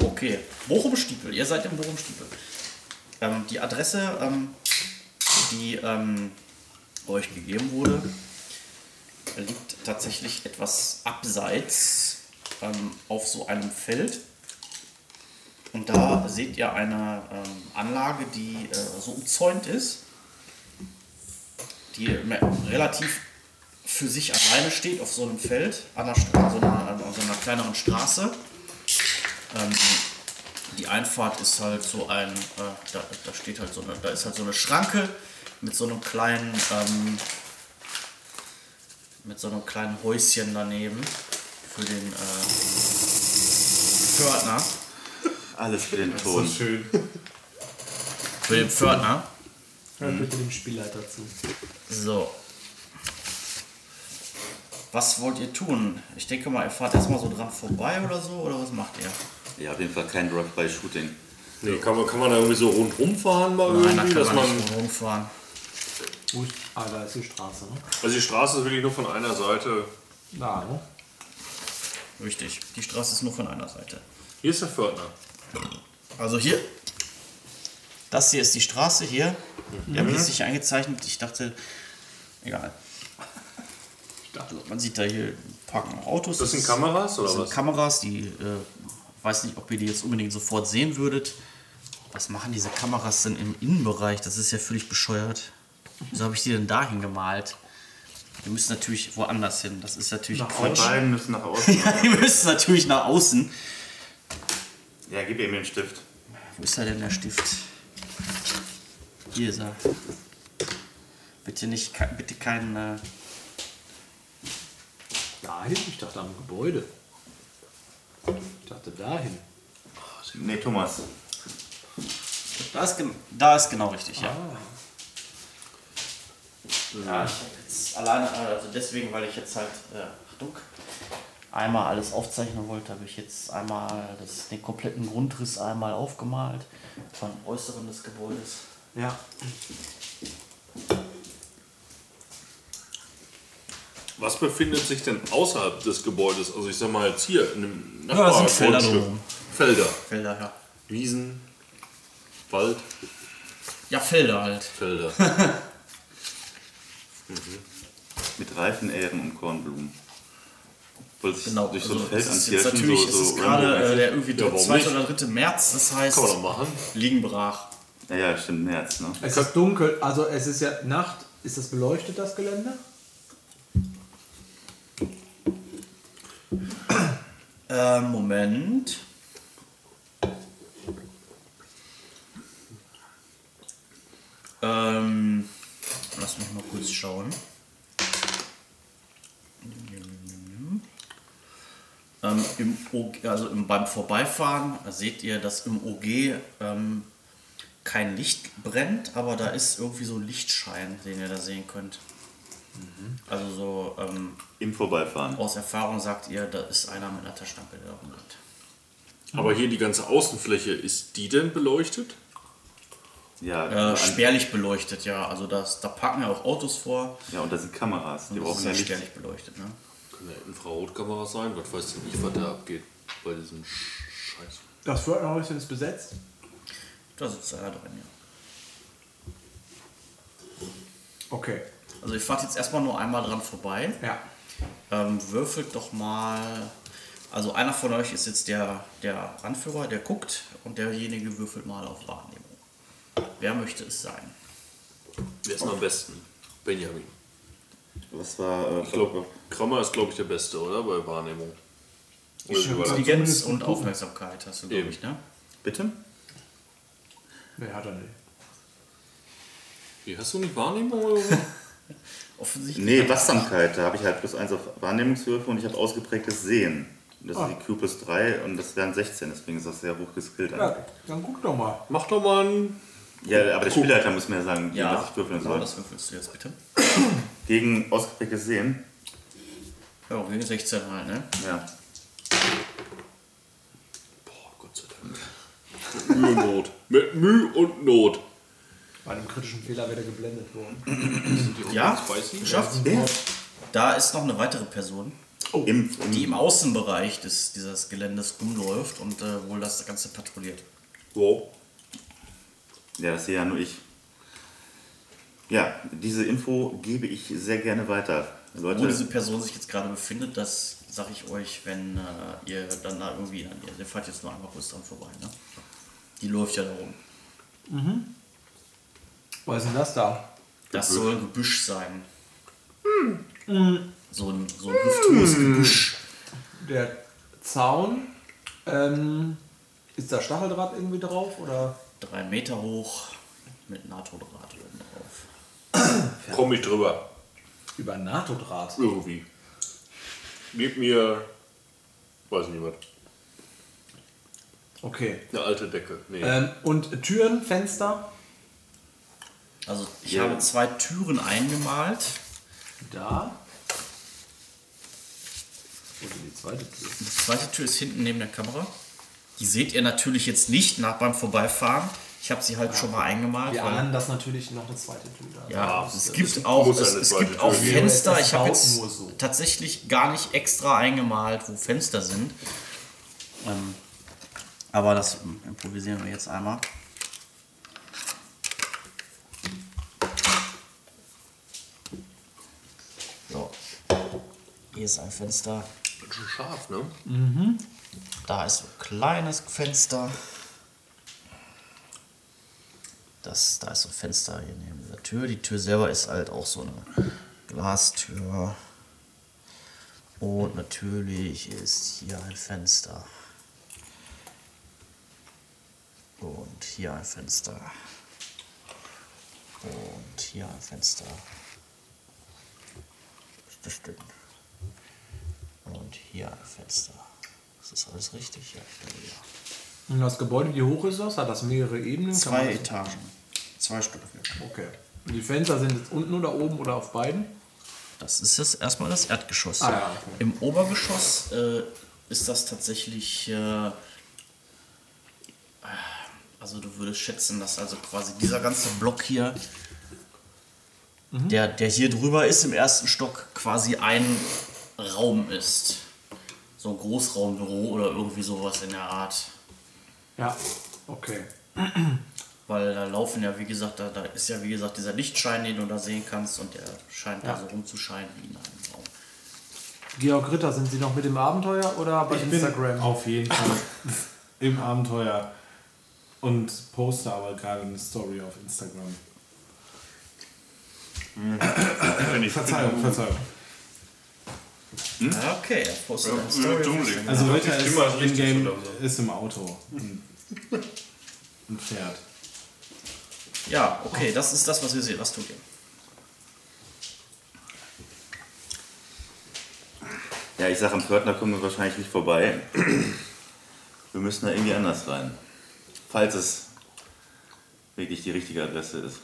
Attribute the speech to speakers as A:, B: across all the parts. A: Okay, Bochum-Stiepel, ihr seid in Bochum-Stiepel. Ähm, die Adresse, ähm, die ähm, euch gegeben wurde, liegt tatsächlich etwas abseits ähm, auf so einem Feld. Und da seht ihr eine ähm, Anlage, die äh, so umzäunt ist, die me- relativ für sich alleine steht auf so einem Feld, an, der, Stra- an, so, einer, an so einer kleineren Straße. Ähm, die Einfahrt ist halt so ein, äh, da, da steht halt so eine, da ist halt so eine Schranke mit so einem kleinen, ähm, mit so einem kleinen Häuschen daneben für den äh, Pförtner.
B: Alles für den Ton.
C: schön.
A: Für den Pförtner.
D: Hört bitte dem Spielleiter zu.
A: So. Was wollt ihr tun? Ich denke mal, ihr fahrt erstmal so dran vorbei oder so, oder was macht ihr?
B: Ja, auf jeden Fall kein Drive-by-Shooting.
C: Nee, kann, man, kann man da irgendwie so rundrum fahren mal
A: Nein, da
C: irgendwie? Dass
A: kann man
C: man,
A: nicht rumfahren.
D: Wo ist, ah, da ist die Straße, ne?
C: also die Straße ist wirklich nur von einer Seite.
D: Da, ne?
A: Richtig. Die Straße ist nur von einer Seite.
C: Hier ist der Pförtner.
A: Also hier. Das hier ist die Straße hier. Die haben jetzt nicht eingezeichnet. Ich dachte, egal. Also man sieht da hier parken auch Autos.
C: Das sind Kameras oder
A: Das sind
C: was?
A: Kameras, die äh, weiß nicht, ob ihr die jetzt unbedingt sofort sehen würdet. Was machen diese Kameras denn im Innenbereich? Das ist ja völlig bescheuert. Wieso habe ich die denn dahin gemalt? Wir müssen natürlich woanders hin. Das ist natürlich Quatsch.
B: Beiden müssen nach außen.
A: Ja, die müssen natürlich nach außen.
B: ja, gib ihm den Stift.
A: Wo ist da denn der Stift? Hier ist er. Bitte nicht, ke- bitte keinen. Äh,
D: Dahin? Ich dachte am Gebäude. Ich dachte dahin.
B: Nee, Thomas.
A: da, ist gen- da ist genau richtig, ja. Ja, ich hab jetzt alleine, äh, also deswegen, weil ich jetzt halt, äh, Achtung, einmal alles aufzeichnen wollte, habe ich jetzt einmal das, den kompletten Grundriss einmal aufgemalt von äußeren des Gebäudes.
D: Ja.
C: Was befindet sich denn außerhalb des Gebäudes? Also ich sag mal jetzt hier in einem
A: Ja, das sind Felder
C: Nachbargrundstück.
A: drumherum.
C: Felder.
A: Felder, ja.
C: Wiesen, Wald,
A: Ja, Felder halt.
C: Felder.
B: Mit Reifenähren und Kornblumen. Wolltest
A: Genau.
B: durch so ein
A: also
B: Feld
A: es ist jetzt
B: anzirschen,
A: natürlich,
B: so, so
A: es ist gerade äh,
B: Rambo-mäßig.
A: der irgendwie
C: Ja, warum
A: zweite
C: nicht?
A: oder dritte März, das heißt,
C: Kann man doch machen.
A: liegen brach.
B: Ja, ja, stimmt, März, ne?
D: Es ist dunkel, also es ist ja Nacht. Ist das beleuchtet, das Gelände?
A: Ähm, Moment. Ähm, lass mich mal kurz schauen. Ähm, im OG, also im, beim Vorbeifahren seht ihr, dass im OG ähm, kein Licht brennt, aber da ist irgendwie so ein Lichtschein, den ihr da sehen könnt. Also so ähm,
B: Im Vorbeifahren.
A: aus Erfahrung sagt ihr, da ist einer mit einer Taschenlampe, der da rumrennt.
C: Aber hier die ganze Außenfläche, ist die denn beleuchtet?
B: Ja, genau, also-
A: Äh,
B: an-
A: spärlich beleuchtet, ja. Also das, da parken ja auch Autos vor.
B: ja, und da sind Kameras. Die
A: Das ist
B: brauchen ja
A: ja
B: Licht.
A: spärlich beleuchtet, ne?
C: Können ja Infrarotkameras sein, was weiß denn ich, was da abgeht bei diesem Sch- Scheiß.
D: Das Fördnerhäuschen ist besetzt.
A: Da sitzt einer drin, ja.
D: Okay.
A: Also ihr fahrt jetzt erstmal nur einmal dran vorbei.
D: Ja.
A: Ähm, würfelt doch mal. Also einer von euch ist jetzt der, der Anführer, der guckt und derjenige würfelt mal auf Wahrnehmung. Wer möchte es sein?
C: Wer ist denn am besten? Benjamin.
B: Was war. Äh,
C: Ich glaube, Krammer ist, glaube ich, der Beste, oder? Bei Wahrnehmung. Oder
D: Ich
C: wie war das?
A: Intelligenz und Aufmerksamkeit hast du, glaube
C: Eben.
A: ich, ne?
B: bitte?
D: Nee, hat er nicht.
C: Wie, hast du nicht Wahrnehmung oder so?
A: Offensichtlich.
B: Nee, Wachsamkeit. Da habe ich halt plus 1 auf Wahrnehmungswürfe und ich habe ausgeprägtes Sehen. Das ist die Q plus 3 und das wären 16, deswegen ist das sehr hoch geskillt.
D: Ja, dann guck doch mal.
C: Mach doch mal einen.
B: Ja, aber der Spielleiter muss mir sagen, wie
A: Ja,
B: was ich würfeln
A: genau,
B: soll.
A: das würfelst du jetzt bitte.
B: Gegen ausgeprägtes Sehen.
A: Ja, gegen 16 halt, ne?
B: Ja.
C: Boah, Gott sei Dank. Mit Mühe und Not. Mit Mühe und Not.
D: Bei einem kritischen Fehler wäre er geblendet worden.
C: Sind die
A: Ja,
C: auch ganz spicy?
A: geschafft. Da ist noch eine weitere Person.
B: Im, im,
A: die im Außenbereich des, dieses Geländes rumläuft und äh, wohl das Ganze patrouilliert.
C: Wow.
B: Ja, das sehe ja nur ich. Ja, diese Info gebe ich sehr gerne weiter. Leute,
A: Wo diese Person sich jetzt gerade befindet, das sage ich euch, wenn äh, ihr dann da irgendwie, ihr, ihr fahrt jetzt nur einmal kurz dran vorbei. Ne? Die läuft ja da rum.
E: Was ist denn das da?
A: Das soll ein Gebüsch sein. Hm. So ein, so ein hüfthohes Gebüsch.
E: Der Zaun. Ähm, ist da Stacheldraht irgendwie drauf? Oder?
A: Drei Meter hoch mit NATO-Draht oben drauf.
C: Komm ich drüber.
E: Über NATO-Draht.
C: Irgendwie. Gib mir. Weiß nicht was.
E: Okay.
C: Eine alte Decke. Nee.
E: Ähm, und Türen, Fenster?
A: Also ich
B: Ja.
A: habe zwei Türen eingemalt.
E: Da. Und in die zweite Tür.
A: Die zweite Tür ist hinten neben der Kamera. Die seht ihr natürlich jetzt nicht nach beim Vorbeifahren. Ich habe sie halt schon mal eingemalt.
E: Wir
A: weil,
E: ahnen, dass natürlich noch eine zweite Tür da ist.
A: ja,
C: Ja,
A: es
C: es
A: gibt auch,
C: muss
A: es,
C: eine
A: es
C: zweite
A: gibt
C: Tür
A: auch
C: geben.
A: Fenster.
E: Aber es
A: Ich habe
E: baut
A: jetzt
E: nur so.
A: tatsächlich gar nicht extra eingemalt, wo Fenster sind. Ähm, aber das improvisieren wir jetzt einmal. So. Hier ist ein Fenster.
C: Ganz schön scharf, ne?
A: Da ist so ein kleines Fenster. Das, da ist so ein Fenster hier neben dieser Tür. Die Tür selber ist halt auch so eine Glastür. Und natürlich ist hier ein Fenster. Und hier ein Fenster. Und hier ein Fenster. Was ist das denn? Und hier ein Fenster. Ist das alles richtig? Ja, ich glaube ja.
E: Und das Gebäude, wie hoch ist das? Hat das mehrere Ebenen? Kann
A: Zwei
E: man-
A: Etagen. Zwei Stockwerke.
E: Okay. Und die Fenster sind jetzt unten oder oben oder auf beiden?
A: Das ist jetzt erstmal das Erdgeschoss.
E: Ah, ja, okay.
A: Im Obergeschoss äh, ist das tatsächlich. Äh, also, du würdest schätzen, dass also quasi dieser ganze Block hier, der, der hier drüber ist, im ersten Stock quasi ein Raum ist. So ein Großraumbüro oder irgendwie sowas in der Art.
E: Ja. Okay.
A: Weil da laufen ja, wie gesagt, da, da ist ja, wie gesagt, dieser Lichtschein, den du da sehen kannst und der scheint da
E: Ja.
A: so rumzuscheinen wie in einem Raum.
E: Georg Ritter, sind Sie noch mit dem Abenteuer oder bei
F: Ich
E: Instagram?
F: bin auf jeden Fall im Abenteuer und poste aber gerade eine Story auf Instagram.
B: finde ich-
F: Verzeihung, Verzeihung.
A: Ah, Okay, er postet eine
C: Mit
A: Story.
C: Dummling.
F: Also
C: Die
F: Ritter ist
C: Stimme ist richtig
F: in-game,
C: verdammt.
F: ist im Auto und, und fährt.
A: Ja, okay, das ist das, was wir sehen. Was tut ihr?
B: Ja, ich sage, am Pförtner kommen wir wahrscheinlich nicht vorbei. Wir müssen da irgendwie anders rein. Falls es wirklich die richtige Adresse ist.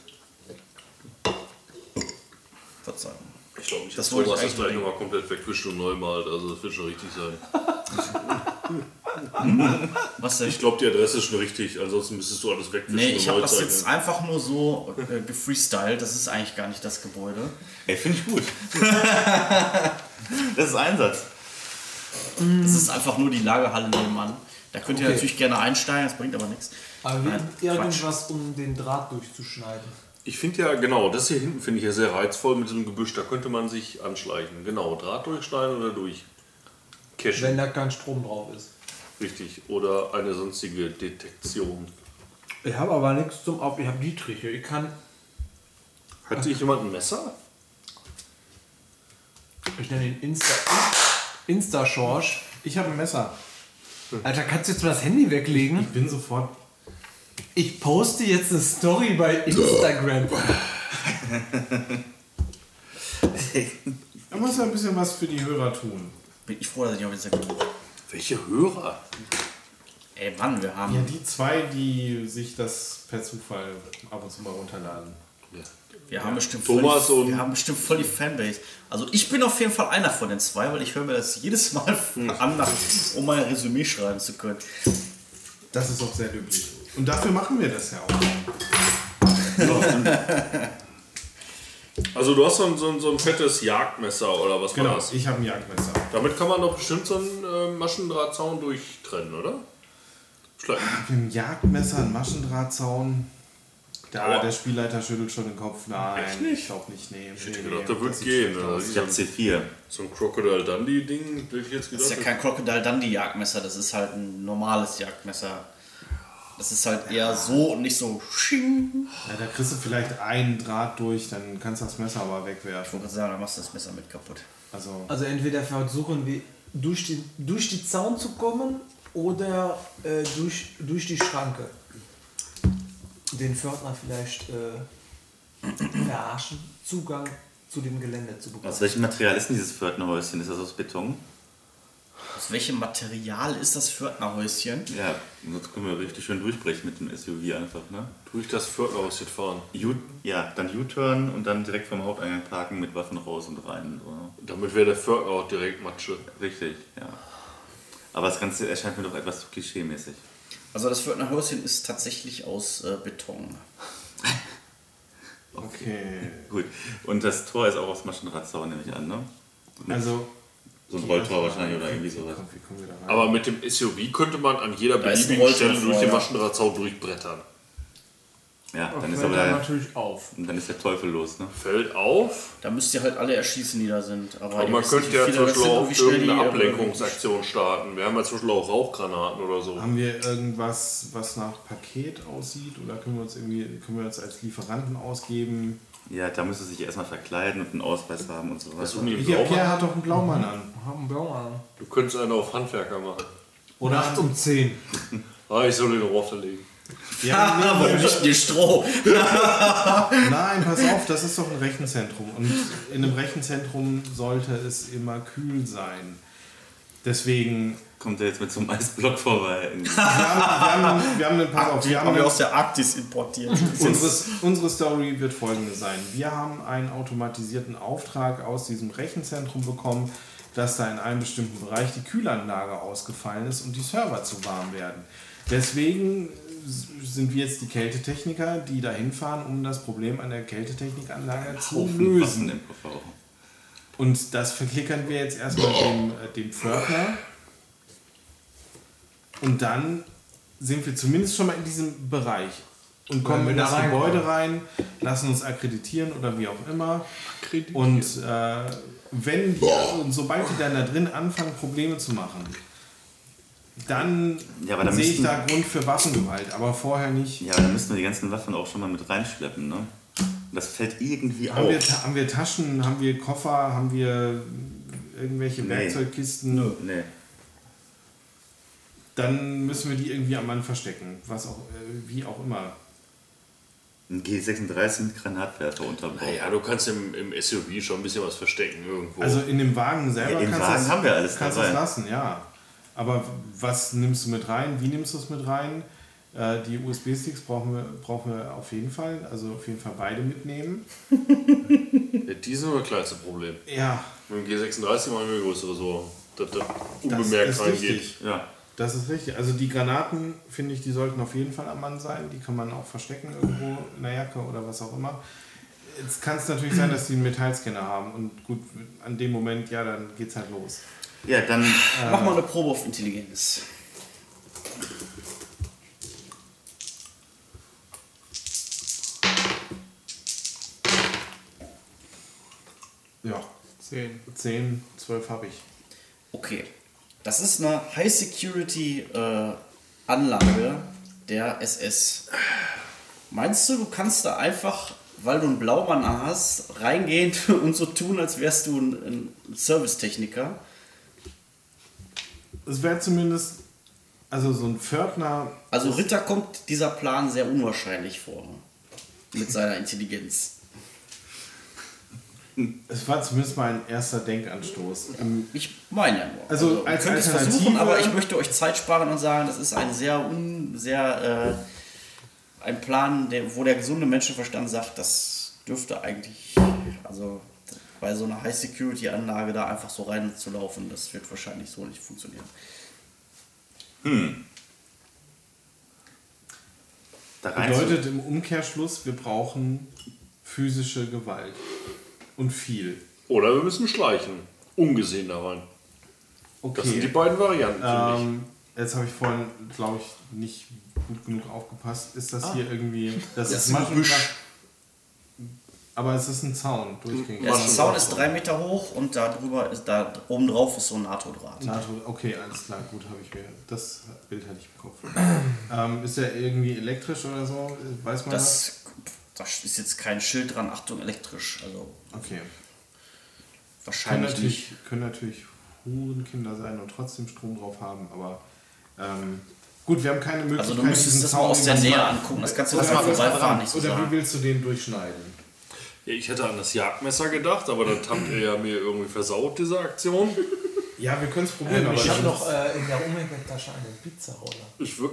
A: Verzeihung.
C: Ich glaube, ich
A: Das
C: das
A: wollte
C: wollte
A: ich
C: das
A: eigentlich
C: gleich nochmal komplett wegwischt und neu malt. Also, das wird schon richtig sein.
A: Was denn?
C: Ich glaube, die Adresse ist schon richtig. Ansonsten müsstest du alles wegwischen
A: nee, ich
C: und
A: habe
C: neu
A: das
C: zeichnen.
A: jetzt einfach nur so äh, gefreestylt. Das ist eigentlich gar nicht das Gebäude.
B: Ey, finde ich gut. das ist Einsatz.
A: Das ist einfach nur die Lagerhalle nebenan. Da könnt ihr
E: Okay.
A: natürlich gerne einsteigen, das bringt aber nichts.
E: Aber wir
A: Nein,
E: haben
A: Quatsch.
E: irgendwas, um den Draht durchzuschneiden.
C: Ich finde ja, genau, das hier hinten finde ich ja sehr reizvoll mit diesem Gebüsch. Da könnte man sich anschleichen. Genau, Draht durchschneiden oder durch. Cashen,
E: Wenn da kein Strom drauf ist.
C: richtig. Oder eine sonstige Detektion.
E: Ich habe aber nichts zum Auf. Ich habe Dietriche. Ich kann.
C: Hat hier jemand ein Messer?
E: Ich nenne ihn Insta. Insta-Schorsch.
F: Ich habe ein Messer.
E: Alter, kannst du jetzt mal das Handy weglegen?
F: Ich bin sofort.
E: Ich poste jetzt eine Story bei Instagram.
F: Da muss man ein bisschen was für die Hörer tun.
A: Bin ich froh, dass ich auf Instagram bin.
C: Welche Hörer?
A: Ey Mann, wir haben.
F: Ja, die zwei, die sich das per Zufall ab und zu mal runterladen.
A: Wir haben bestimmt
C: Thomas
A: voll die,
C: und-
A: wir haben bestimmt voll die Fanbase. Also ich bin auf jeden Fall einer von den zwei, weil ich höre mir das jedes Mal
C: Hm.
A: an, nach- um mein Resümee schreiben zu können.
F: Das ist auch sehr löblich. Und dafür machen wir das ja auch.
C: Also du hast so ein, so ein, so ein fettes Jagdmesser oder was war
F: Genau,
C: das?
F: ich habe ein Jagdmesser.
C: Damit kann man doch bestimmt so einen äh, Maschendrahtzaun durchtrennen, oder? Schle-
F: Mit einem Jagdmesser, einen Maschendrahtzaun. Da,
C: Aber-
F: der Spielleiter schüttelt schon den Kopf. Nein,
C: Echt nicht?
F: ich glaube nicht. Nee, ich
C: hätte gedacht, da wird gehen, oder?
B: Ich habe C4.
C: So ein Crocodile Dundee-Ding, hätte ich
A: Das
C: jetzt gedacht.
A: ist ja kein Crocodile Dundee Jagdmesser, das ist halt ein normales Jagdmesser. Das ist halt eher so und nicht so sching.
F: Ja, da kriegst du vielleicht einen Draht durch, dann kannst du das Messer aber
A: Ich
F: wegwerfen.
A: wollte gerade sagen, da machst du das Messer mit kaputt.
F: Also,
E: Also entweder versuchen wir durch die, durch die Zaun zu kommen oder äh, durch, durch die Schranke. Den Fördner vielleicht äh, verarschen, Zugang zu dem Gelände zu bekommen.
B: Aus welchem Material ist denn dieses Pförtnerhäuschen? Ist das aus Beton?
A: Aus welchem Material ist das Fördnerhäuschen?
B: Ja, sonst können wir richtig schön durchbrechen mit dem SUV einfach, ne?
C: Durch das Fördnerhaus jetzt fahren.
B: U ja, dann U-Turn und dann direkt vom Haupteingang parken mit Waffen raus und rein. So. ne?
C: Damit wäre der Fördner auch direkt Matsche.
B: Richtig, ja. Aber das Ganze erscheint mir doch etwas zu klischee-mäßig.
A: Also das Fördnerhäuschen ist tatsächlich aus äh, Beton.
F: okay.
B: Gut. Und das Tor ist auch aus Maschendrahtzaun, nehme ich an, ne?
F: Also.
B: So ein Rolltor wahrscheinlich oder irgendwie sowas.
F: Wie kommen wir da rein?
C: Aber mit dem SUV könnte man an jeder
A: Da ist ein
C: beliebigen Stelle
A: Rolltor
C: durch
A: vor,
C: den
A: ja.
C: Maschendrahtzaun durchbrettern.
B: Ja, dann
D: Fällt
B: ist aber
D: dann
B: der,
D: natürlich auf.
B: dann ist der Teufel los, ne?
C: Fällt auf,
A: Da müsst ihr halt alle erschießen, die da sind. Aber,
C: aber
A: ihr
C: man
A: wisst
C: könnte
A: nicht, wie
C: ja
A: viele
C: zum
A: das
C: Beispiel
A: sind
C: auch
A: und wie schnell die- äh,
C: irgendeine Ablenkungsaktion starten. Wir haben ja zum Beispiel auch Rauchgranaten oder so.
F: Haben wir irgendwas, was nach Paket aussieht? Oder können wir uns irgendwie können wir uns als Lieferanten ausgeben?
B: Ja, da müsste sich erstmal verkleiden und einen Ausweis haben und so
C: Hast
D: um
B: was.
C: du nie einen
F: Hier, Pierre
C: Blaumann?
F: hat doch einen Blaumann an.
E: Haben einen blauen Arm.
C: Du könntest einen auf Handwerker machen.
D: Oder Nacht um 10.
C: Ah, ich soll den Roffel legen.
F: Ja, nee,
A: Ah, Warum nicht die Stroh?
F: Nein, pass auf, das ist doch ein Rechenzentrum. Und in einem Rechenzentrum sollte es immer kühl sein. Deswegen,
B: Kommt er jetzt mit so einem Eisblock vorbei?
F: wir haben, wir haben, wir haben einen, pass auf, Also wir haben
A: Haben wir
F: einen,
A: aus der Arktis importiert.
F: Unseres, unsere Story wird folgende sein. Wir haben einen automatisierten Auftrag aus diesem Rechenzentrum bekommen, dass da in einem bestimmten Bereich die Kühlanlage ausgefallen ist und die Server zu warm werden. Deswegen sind wir jetzt die Kältetechniker, die da hinfahren, um das Problem an der Kältetechnikanlage zu lösen.
B: Im Koffer auch.
F: Und das verklickern wir jetzt erstmal dem, äh, dem Pförtner. Und dann sind wir zumindest schon mal in diesem Bereich. Und kommen in
D: Wenn wir
F: das
D: da reinkommen.
F: Gebäude rein, lassen uns akkreditieren oder wie auch immer. Und äh, wenn die, und sobald die dann da drin anfangen, Probleme zu machen, dann
B: Ja, aber da
F: sehe ich
B: müssten-
F: da Grund für Waffengewalt, aber vorher nicht.
B: Ja, dann müssen wir die ganzen Waffen auch schon mal mit reinschleppen, ne? Und das fällt irgendwie
F: Haben,
D: Oh.
F: wir,
B: auf.
F: Ta- haben wir Taschen, haben wir Koffer, haben wir irgendwelche
B: Nee.
F: Werkzeugkisten?
B: Nee.
F: dann müssen wir die irgendwie am Mann verstecken. Was auch, äh, wie auch immer.
B: Oh. Ein G36 mit Granatwerfer unterbrochen.
C: Naja, du kannst im, im SUV schon ein bisschen was verstecken irgendwo.
F: Also in dem Wagen selber
B: Ja, im
F: kannst
B: Wagen
F: du's-
B: haben wir alles
F: kannst
B: dabei.
F: das lassen, ja. Aber was nimmst du mit rein? Wie nimmst du es mit rein? Äh, die USB-Sticks brauchen wir, brauchen wir auf jeden Fall, also auf jeden Fall beide mitnehmen.
C: ja, die sind nur das kleinste Problem.
F: Ja,
C: Mit dem G36 machen wir größere so, dass das
F: das
C: unbemerkt
F: ist
C: reingeht.
F: richtig.
B: Ja,
F: Das ist richtig. Also die Granaten, finde ich, die sollten auf jeden Fall am Mann sein. Die kann man auch verstecken irgendwo in der Jacke oder was auch immer. Jetzt kann es natürlich sein, dass die einen Metallscanner haben. Und gut, an dem Moment, ja, dann geht's halt los.
B: ja dann
A: Mach mal eine Probe auf Intelligenz.
F: Ja,
E: 10.
F: 10, 12 habe ich.
A: Okay. Das ist eine High-Security-Anlage der SS. Meinst du, du kannst da einfach, weil du einen Blaumann hast, reingehen und so tun, als wärst du ein, ein Servicetechniker?
F: Es wäre zumindest, also so ein Pförtner,
A: Also Ritter kommt dieser Plan sehr unwahrscheinlich vor. ne? Mit seiner Intelligenz.
F: es war zumindest mal ein erster Denkanstoß. Ähm,
A: Ich meine ja nur.
F: Also
A: ihr
F: als
A: könnt es
F: Alternative-
A: versuchen, aber ich möchte euch Zeit sparen und sagen, das ist ein sehr un, sehr äh, ein Plan, der, wo der gesunde Menschenverstand sagt, das dürfte eigentlich, also bei so einer High-Security-Anlage da einfach so reinzulaufen, das wird wahrscheinlich so nicht funktionieren.
B: da rein.
F: bedeutet im Umkehrschluss, wir brauchen physische Gewalt. Und viel.
C: Oder wir müssen schleichen. Ungesehen da rein.
F: Okay.
C: Das sind die beiden Varianten, finde
F: Ähm, jetzt habe ich vorhin, glaube ich, nicht gut genug aufgepasst. Ist
C: Ah.
F: das hier irgendwie. Das, ist
C: ist ein
F: Maschen-
C: Gebüsch.
F: Aber es ist ein Zaun durchgängig.
A: Also Der Zaun ist drei Meter hoch und da drüber ist, da oben drauf ist so ein NATO-Draht.
F: NATO, okay, alles klar, gut, habe ich mir. Das Bild hatte ich im Kopf. ähm, ist der irgendwie elektrisch oder so? Weiß man das?
A: Das, da ist jetzt kein Schild dran, Achtung, elektrisch. Also
F: Okay. Können
A: wahrscheinlich nicht.
F: natürlich, können natürlich Hurenkinder sein und trotzdem Strom drauf haben, aber ähm, gut, wir haben keine Möglichkeit.
A: Also du müsstest
F: diesen
A: das mal aus der
F: irgendwie-
A: Nähe angucken. Das kannst du
F: Oder,
A: erst mal
F: oder,
A: vorbeifahren, nicht so
F: oder wie
A: sagen.
F: willst du den durchschneiden?
C: ich. Ich hätte an das Jagdmesser gedacht, aber das habt ihr ja mir irgendwie versaut, diese Aktion.
F: Ja, wir können es
A: Ähm,
F: probieren, aber
E: ich habe
F: das-
E: noch äh, in der Umhängetasche einen Pizzaroller.
C: Ich, würd,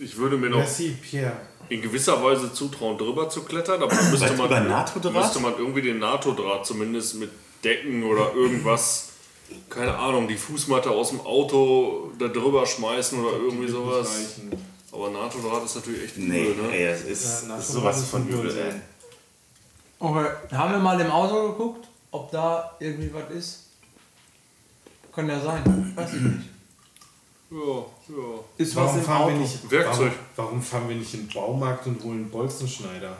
C: ich würde
A: äh,
C: mir noch
F: Merci, Pierre.
C: in gewisser Weise zutrauen, drüber zu klettern, aber dann müsste
B: Seid ihr über
C: man,
B: NATO-Draht?
C: müsste man irgendwie den NATO-Draht zumindest mit Decken oder irgendwas, keine Ahnung, die Fußmatte aus dem Auto da drüber schmeißen oder irgendwie sowas. Aber NATO-Draht ist natürlich echt
B: Nee,
C: übel, ne?
B: ey, das ist,
F: Ja,
B: das ist
F: NATO
B: sowas
F: ist
B: von
F: übel,
B: übel, ey.
F: ey.
D: Okay.
E: Haben wir mal im Auto geguckt, ob da irgendwie was ist? Kann ja sein. Weiß ich nicht.
C: Ja, ja.
E: Ist was
F: Warum
E: im
F: fahren,
E: Auto?
F: wir nicht,
C: Werkzeug.
F: warum, warum fahren wir nicht in den Baumarkt und holen einen Bolzenschneider?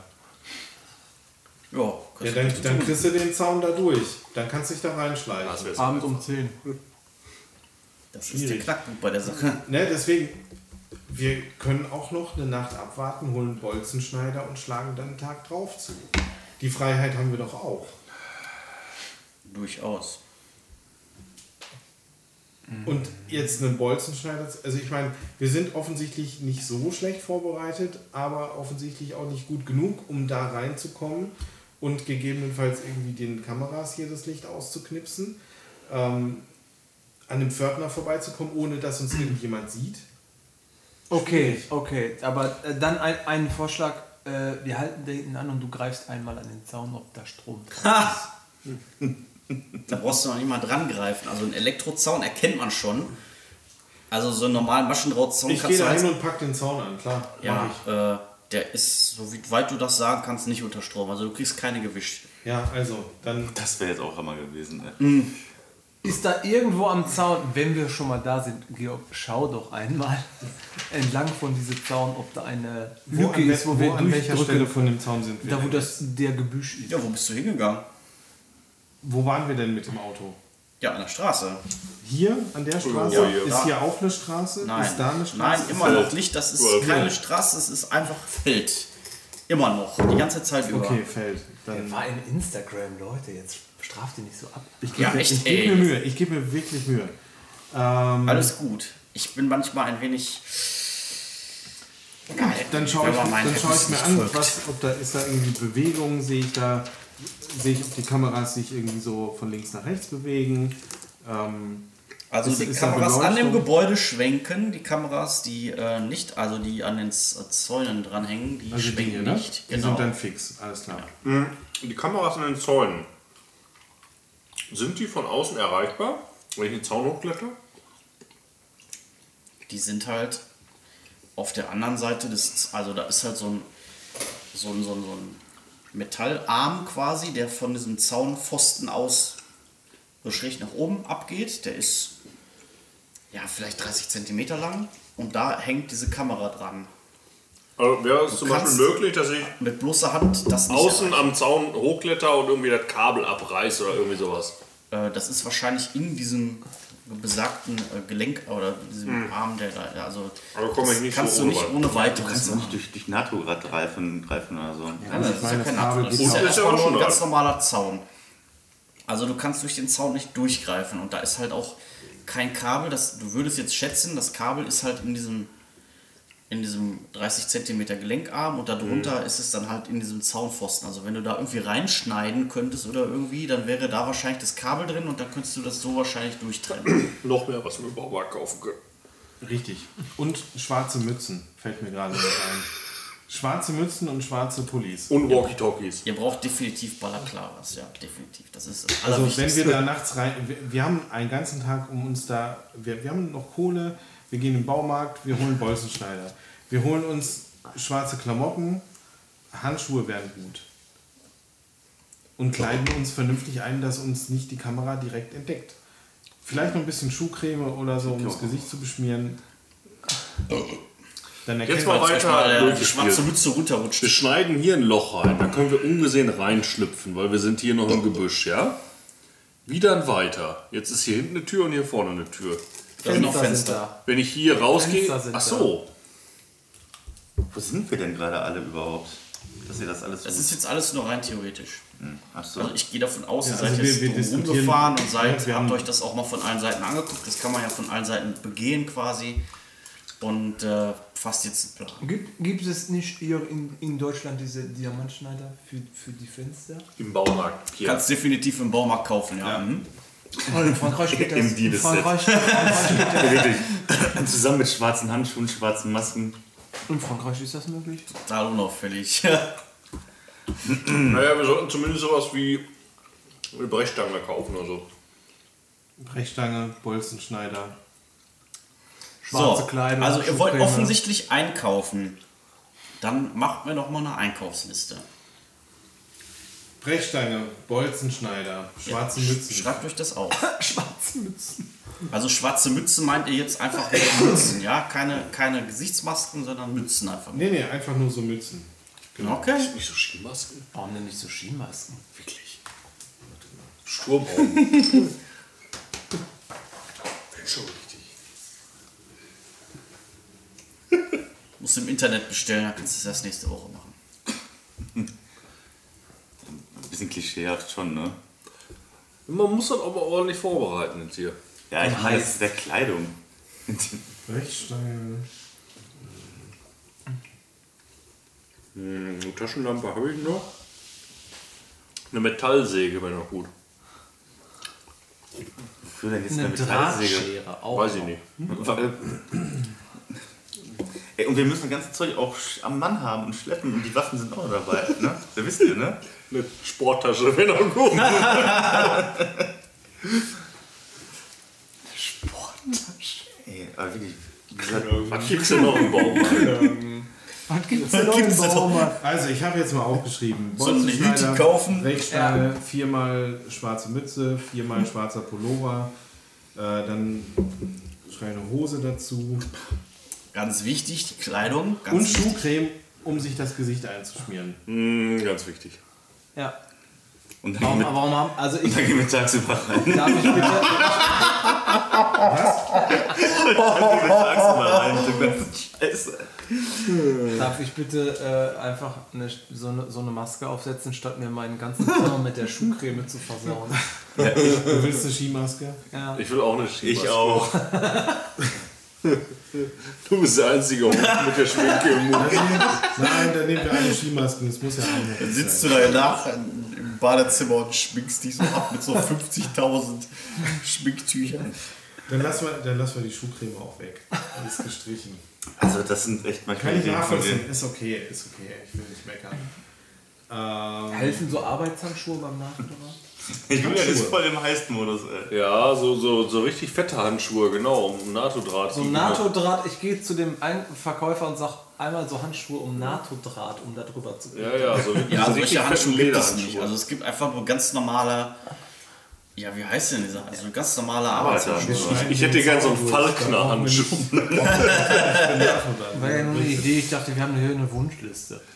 A: Ja,
F: Ja, dann, dann kriegst du den Zaun da durch. Dann kannst du dich da reinschleichen.
C: Das wär's.
D: Abend um 10.
A: das ist der Knackpunkt bei der Sache.
F: Ne, deswegen, wir können auch noch eine Nacht abwarten, holen einen Bolzenschneider und schlagen dann einen Tag drauf zu. Die Freiheit haben wir doch auch.
A: Durchaus.
F: Und jetzt einen Bolzenschneider, zu- also ich meine, wir sind offensichtlich nicht so schlecht vorbereitet, aber offensichtlich auch nicht gut genug, um da reinzukommen und gegebenenfalls irgendwie den Kameras hier das Licht auszuknipsen, ähm, an dem Pförtner vorbeizukommen, ohne dass uns irgendjemand sieht.
E: Okay, okay. Aber äh, dann ein, einen Vorschlag. Äh, wir halten den an und du greifst einmal an den Zaun, ob da Strom drin
A: Da brauchst du noch nicht mal dran greifen. Also einen Elektrozaun erkennt man schon. Also so einen normalen Maschendrahtzaun
F: Ich gehe da hin
A: halt-
F: und pack den Zaun an, klar.
A: Ja,
F: mach ich.
A: äh, der ist, so wie weit du das sagen kannst, nicht unter Strom. Also du kriegst keine Gewicht.
F: Ja, also, dann
B: Das wäre jetzt auch Hammer gewesen, ey.
E: Ist da irgendwo am Zaun, wenn wir schon mal da sind, Georg, schau doch einmal entlang von diesem Zaun, ob da eine
F: wo
E: Lücke
F: an,
E: ist, wo wir
F: an welcher Stelle
E: durchdrücken.
F: von dem Zaun sind wir?
E: Da, wo
F: denn?
E: das der Gebüsch ist.
A: Ja, wo bist du hingegangen?
F: wo waren wir denn mit dem Auto?
A: Ja, an der Straße.
F: Hier an der Straße?
C: Ja, hier.
F: Ist hier auch eine Straße?
A: Nein.
F: Ist da eine Straße?
A: Nein, immer
C: Feld.
A: noch nicht. Das ist
C: Oder
A: keine
C: Feld.
A: Straße, es ist einfach Feld. Immer noch. Die ganze Zeit über.
F: Okay, fällt. Dann
E: War in Instagram, Leute, jetzt straft ihr nicht so ab.
F: Ich gebe
A: Ja,
F: mir,
A: echt,
F: ich
A: ey.
F: geb mir Mühe, ich gebe mir wirklich Mühe. Ähm,
A: Alles gut. Ich bin manchmal ein wenig. Geil.
F: dann schaue
A: Wenn
F: ich,
A: man meinen
F: dann schaue ich
A: Apps
F: mir
A: nicht
F: an,
A: folgt.
F: was, ob da ist da irgendwie Bewegung, sehe ich da, sehe ich, ob die Kameras sich irgendwie so von links nach rechts bewegen. Ähm,
A: Also
F: Ist-
A: die
F: ist da
A: Kameras an dem
F: Beleuchtung?
A: Gebäude schwenken, die Kameras, die äh, nicht, also die an den Z- Zäunen dranhängen, die
F: also die
A: schwenken
F: hier, ne?
A: nicht. Genau.
F: Die sind dann fix, alles klar.
C: Die Kameras an den Zäunen. Sind die von außen erreichbar, wenn ich den Zaun hochkletter?
A: die sind halt auf der anderen Seite des, also da ist halt so ein, so ein, so ein, so ein Metallarm quasi, der von diesem Zaunpfosten aus so schräg nach oben abgeht. Der ist ja vielleicht 30 Zentimeter lang und da hängt diese Kamera dran.
C: Also wäre es zum Beispiel
A: kannst-
C: möglich, dass ich
A: Mit bloßer Hand das nicht
C: außen
A: erreicht.
C: am Zaun hochkletter und irgendwie das Kabel abreißt oder irgendwie sowas?
A: Äh, das ist wahrscheinlich in diesem besagten äh, Gelenk oder diesem Arm, der da, also
C: Hm. Aber komm
A: das
C: ich nicht
A: kannst
C: so
A: du
C: ohne
A: nicht
C: weit.
A: ohne weiteres
B: Kannst du
A: machen.
B: nicht durch, durch NATO gerade greifen, greifen oder so.
A: Nein, das ist ja
F: meine
A: kein
F: Kabel
A: Abfluss. Das
F: geht
A: ist ja
C: auch. Ist ja
A: erstmal
C: auch
A: nur ein
C: schon
A: ganz
C: alt.
A: normaler Zaun. Also du kannst durch den Zaun nicht durchgreifen und da ist halt auch kein Kabel, das du würdest jetzt schätzen, das Kabel ist halt in diesem in diesem 30 cm Gelenkarm und
C: Hm.
A: darunter ist es dann halt in diesem Zaunpfosten. Also wenn du da irgendwie reinschneiden könntest oder irgendwie, dann wäre da wahrscheinlich das Kabel drin und dann könntest du das so wahrscheinlich durchtrennen.
C: Noch mehr, was wir über Baumarkt kaufen können.
F: Richtig. Und schwarze Mützen, fällt mir gerade noch ein. Schwarze Mützen und schwarze Pullis.
C: Und Walkie-Talkies.
A: Ihr braucht definitiv Balaklavas, ja, definitiv. Das ist das
F: Also wenn wir
A: Allerwichtigste.
F: da nachts rein, wir, wir haben einen ganzen Tag um uns da, wir, wir haben noch Kohle, wir gehen in den Baumarkt, wir holen Bolzenschneider. Wir holen uns schwarze Klamotten, Handschuhe wären gut. und kleiden uns vernünftig ein, dass uns nicht die Kamera direkt entdeckt. Vielleicht noch ein bisschen Schuhcreme oder so, um das Gesicht zu beschmieren. Dann erkennt
C: Äh, Jetzt
F: man
C: mal
F: es.
A: Als mal
C: weiter
A: der, die
C: durchgespielt.
A: schwarze Mütze runterrutscht.
C: Wir schneiden hier ein Loch rein, da können wir ungesehen reinschlüpfen, weil wir sind hier noch im Gebüsch, ja? Wie dann weiter? Jetzt ist hier hinten eine Tür und hier vorne eine Tür.
A: Da sind noch
E: sind
A: Fenster.
E: da.
C: Wenn ich hier rausgehe.
E: Fenster sind
C: Ach so.
B: Wo sind wir denn gerade alle überhaupt? Dass ihr das alles.
A: Das ist jetzt alles nur rein theoretisch.
B: Ach so.
A: Also ich gehe davon aus, ihr
F: Mhm. Ja,
A: seid
F: also wir-
A: jetzt
F: wir
A: drum
F: diskutieren-
A: rumgefahren und seid,
F: Ja, wir
A: habt
F: haben-
A: euch das auch mal von allen Seiten angeguckt. Das kann man ja von allen Seiten begehen quasi. Und äh, fasst jetzt einen Plan.
E: Gibt, gibt es nicht hier in, in Deutschland diese Diamantschneider für, für die Fenster?
C: Im Baumarkt. Hier.
A: Kannst definitiv im Baumarkt kaufen, ja. Mhm.
E: Oh, in Frankreich geht das.
B: Im Diebesset.
E: Frankreich, in, Frankreich geht das
B: Wirklich. Zusammen mit schwarzen Handschuhen, schwarzen Masken.
E: in Frankreich ist das möglich.
A: Total unauffällig.
C: Naja, wir sollten zumindest sowas wie eine Brechstange kaufen oder so.
F: Brechstange, Bolzenschneider.
E: Schwarze Kleider,
A: also ihr wollt
E: Schuhcreme.
A: offensichtlich einkaufen. Dann macht mir doch mal eine Einkaufsliste.
F: Brechstange, Bolzenschneider, schwarze
A: Sch-
F: Mützen.
A: Schreibt euch das auf.
E: Schwarze Mützen.
A: Also schwarze Mütze meint ihr jetzt einfach nur Mützen, ja? Keine, keine Gesichtsmasken, sondern Mützen einfach. Genau.
F: Nee, nee, einfach nur so Mützen.
A: Okay.
C: Nicht so Skimasken?
D: Warum denn nicht so Skimasken?
C: Wirklich. Sturmaugen. Bin schon richtig.
A: Musst du im Internet bestellen, dann kannst du es erst nächste Woche machen.
B: Ein bisschen klischeehaft schon, ne?
C: Man muss das aber ordentlich vorbereiten jetzt hier.
B: Ja, ich meine, das ist der Kleidung.
F: Brechstange.
C: Hm, eine Taschenlampe habe ich noch. Eine Metallsäge wäre noch gut.
B: Wofür denn jetzt
D: Eine
B: eine Metallsäge?
D: Drahtschere, auch.
C: Weiß ich nicht.
B: Weil- Ey, und wir müssen das ganze Zeug auch sch- am Mann haben und schleppen und die Waffen sind auch dabei, ne? Das wisst ihr, ne?
C: Eine Sporttasche wäre noch gut.
B: Ey, aber wirklich, dieser
C: Was gibt's denn noch im Baumarkt?
E: Was gibt's denn
C: Genau,
E: noch im Baumarkt?
F: Also, ich habe jetzt mal aufgeschrieben.
A: Sollten wir
F: Bolzenschneider,
A: Hüte kaufen?
F: Brechstange, viermal schwarze Mütze, viermal schwarzer Pullover. Äh, dann schreibe eine Hose dazu.
A: Ganz wichtig, die Kleidung. Ganz
F: Und
A: wichtig.
F: Schuhcreme, um sich das Gesicht einzuschmieren.
C: Hm, ganz wichtig.
E: Ja.
B: Und dann, gehen
D: Warum,
B: wir,
D: warum haben. Also ich.
B: dann gehen wir tagsüber rein.
D: Darf ich bitte.
B: Dann gehen wir tagsüber rein. mit dem ganzen Scheiße.
D: Darf ich bitte äh, einfach eine, so, eine, so eine Maske aufsetzen, statt mir meinen ganzen Zimmer mit der Schuhcreme zu versauen?
F: Du willst eine Skimaske?
D: Ja.
C: Ich will auch eine
B: Ich
C: Skimaske.
B: auch.
C: Du bist der einzige Hund mit der Schminke im Mund.
F: Nein, dann nehmen wir eine Skimaske. Das muss ja eine
A: Dann
F: sein.
A: sitzt du da nach im Badezimmer und schminkst dich so ab mit so 50.000 Schminktüchern.
F: Dann lassen, wir, dann lassen wir die Schuhcreme auch weg. Alles gestrichen.
B: Also, das sind echt mal
F: Kann ich
B: Ideen von
F: nachvollziehen.
B: denen.
F: Ist okay, ist okay. Ich will nicht meckern. Ähm,
D: Helfen so Arbeitshandschuhe beim Nachmittag?
B: Julian ist voll im Heist-Modus, ey.
C: Ja, so, so, so richtig fette Handschuhe, genau, um NATO-Draht.
D: So NATO-Draht, ich gehe zu dem Ein Verkäufer und sag einmal so Handschuhe um NATO-Draht, um da drüber zu gehen.
C: Ja, ja, so
A: Ja,
C: so
A: Also solche Handschuhe
C: fetten
A: gibt es nicht.
C: Lederhandschuhe.
A: Also es gibt einfach nur ganz normale, ja wie heißt denn dieser? Also ganz normale
B: Alter,
A: Arbeitshandschuhe.
C: ich, ich hätte gern so einen Falkner-Handschuh.
D: War ja nur eine Idee, ich dachte, wir haben eine, eine Wunschliste.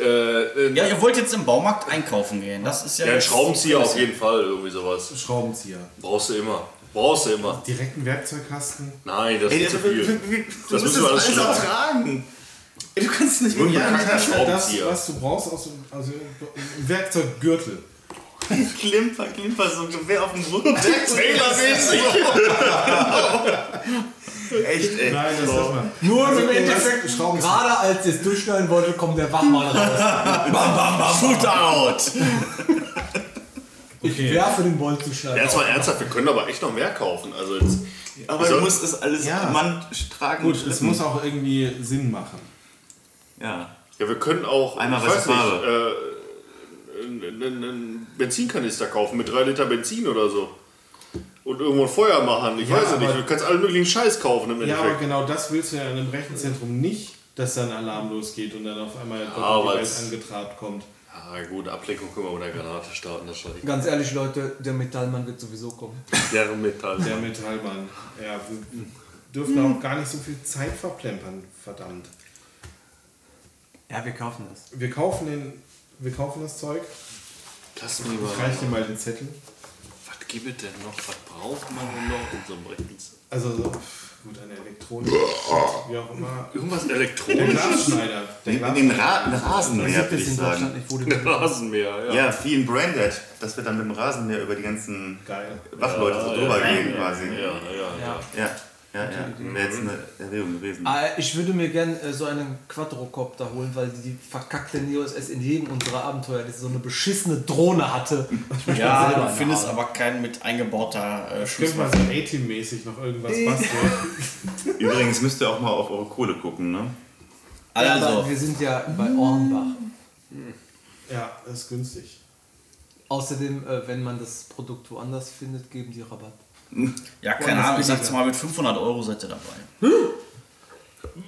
C: Äh, äh,
A: Ja, ihr wollt jetzt im Baumarkt einkaufen gehen. Das ist ja,
C: ja, ein
A: jetzt-
C: Schraubenzieher auf jeden Fall, irgendwie sowas.
F: Schraubenzieher.
C: Brauchst du immer. Brauchst du immer.
F: Direkt einen Werkzeugkasten.
C: Nein, das
B: Ey,
C: ist
B: das,
C: zu
B: wir-
C: viel.
B: wir- wir-
C: Das
B: du musst
C: müssen wir alles
B: alles
C: schneiden.
B: ertragen. Ey, du kannst nicht
C: Nur
B: mehr.
C: ein
F: Ja,
C: bekannter
F: das, das,
C: Schraubenzieher.
F: was du brauchst, aus, dem- also im Werkzeuggürtel.
B: Klimper, Klimper, so ein Gewehr auf dem Rücken. Echt, ey.
F: Nein, das ist mal.
D: Nur im
F: Endeffekt-
D: gerade als ich es durchschneiden wollte, kommt der Wachmann raus.
A: Bam, bam, bam, Shootout!
F: Okay.
D: Werfe den Bolzenschneider.
C: Erstmal ernsthaft, wir können aber echt noch mehr kaufen. Also jetzt,
B: Aber du musst es alles
F: Ja.
B: Mann tragen.
F: Gut,
B: und
F: es
B: schleppen.
F: muss auch irgendwie Sinn machen.
B: Ja.
C: ja, wir können auch
B: Einmal
C: ich
B: was
C: weiß
B: ich
C: nicht, äh, einen- einen einen Benzinkanister kaufen mit 3 Liter Benzin oder so. Und irgendwo ein Feuer machen. Ich
F: Ja,
C: weiß es nicht.
F: aber-
C: Du kannst allen möglichen Scheiß kaufen im
F: Ja, aber
C: Endeffekt.
F: genau das willst du ja in einem Rechenzentrum nicht, dass da ein Alarm losgeht und dann auf einmal
C: aber
F: die Welt
C: es-
F: angetrabt kommt.
C: Ja, Ah, gut, Ablenkung können wir mit einer Granate starten, das schadet nicht.
E: Ganz ehrlich, Leute, der Metallmann wird sowieso kommen.
C: Der Metall.
F: Der Metallmann. halt Ja, wir dürfen auch gar nicht so viel Zeit verplempern, verdammt.
D: Ja, wir kaufen das.
F: Wir kaufen, den, wir kaufen das Zeug.
C: Lass mich mal.
F: Ich reiche dir mal den Zettel.
C: Was gibt es denn noch? Was braucht man denn noch in so einem Rechtens?
F: Also, so, pff, gut, eine Elektronik. Wie auch immer.
C: Irgendwas
F: Der
C: elektronisches?
F: Glasschneider. Der
B: In den
F: Glasschneider.
B: Ra einen Rasenmäher, würde ich sagen.
D: nicht, wo die
C: Rasenmäher, ja.
B: Ja, viel branded, dass wir dann mit dem Rasenmäher über die ganzen
F: Geil.
B: Wachleute so drüber gehen quasi.
C: Ja, ja, ja.
B: Ja, ja, ja. Wäre jetzt eine Erwägung gewesen.
E: Ah, Ich würde mir gern äh, so einen Quadrocopter holen, weil die verkackte Neos erst in jedem unserer Abenteuer die so eine beschissene Drohne hatte. Ich möchte
A: Ja,
E: selber
A: du
E: eine
A: findest
E: haben.
A: aber keinen mit eingebauter äh,
F: Können wir
A: Schusswaffe.
F: so A-Team-mäßig noch irgendwas basteln?
B: Übrigens müsst ihr auch mal auf eure Kohle gucken, ne?
E: Ja,
A: Also,
E: aber wir sind ja bei Ornbach.
F: Ja, das ist günstig.
E: Außerdem, äh, wenn man das Produkt woanders findet, geben die Rabatt.
A: ja, keine Ahnung, ich sag's mal, mit 500 Euro seid ihr dabei.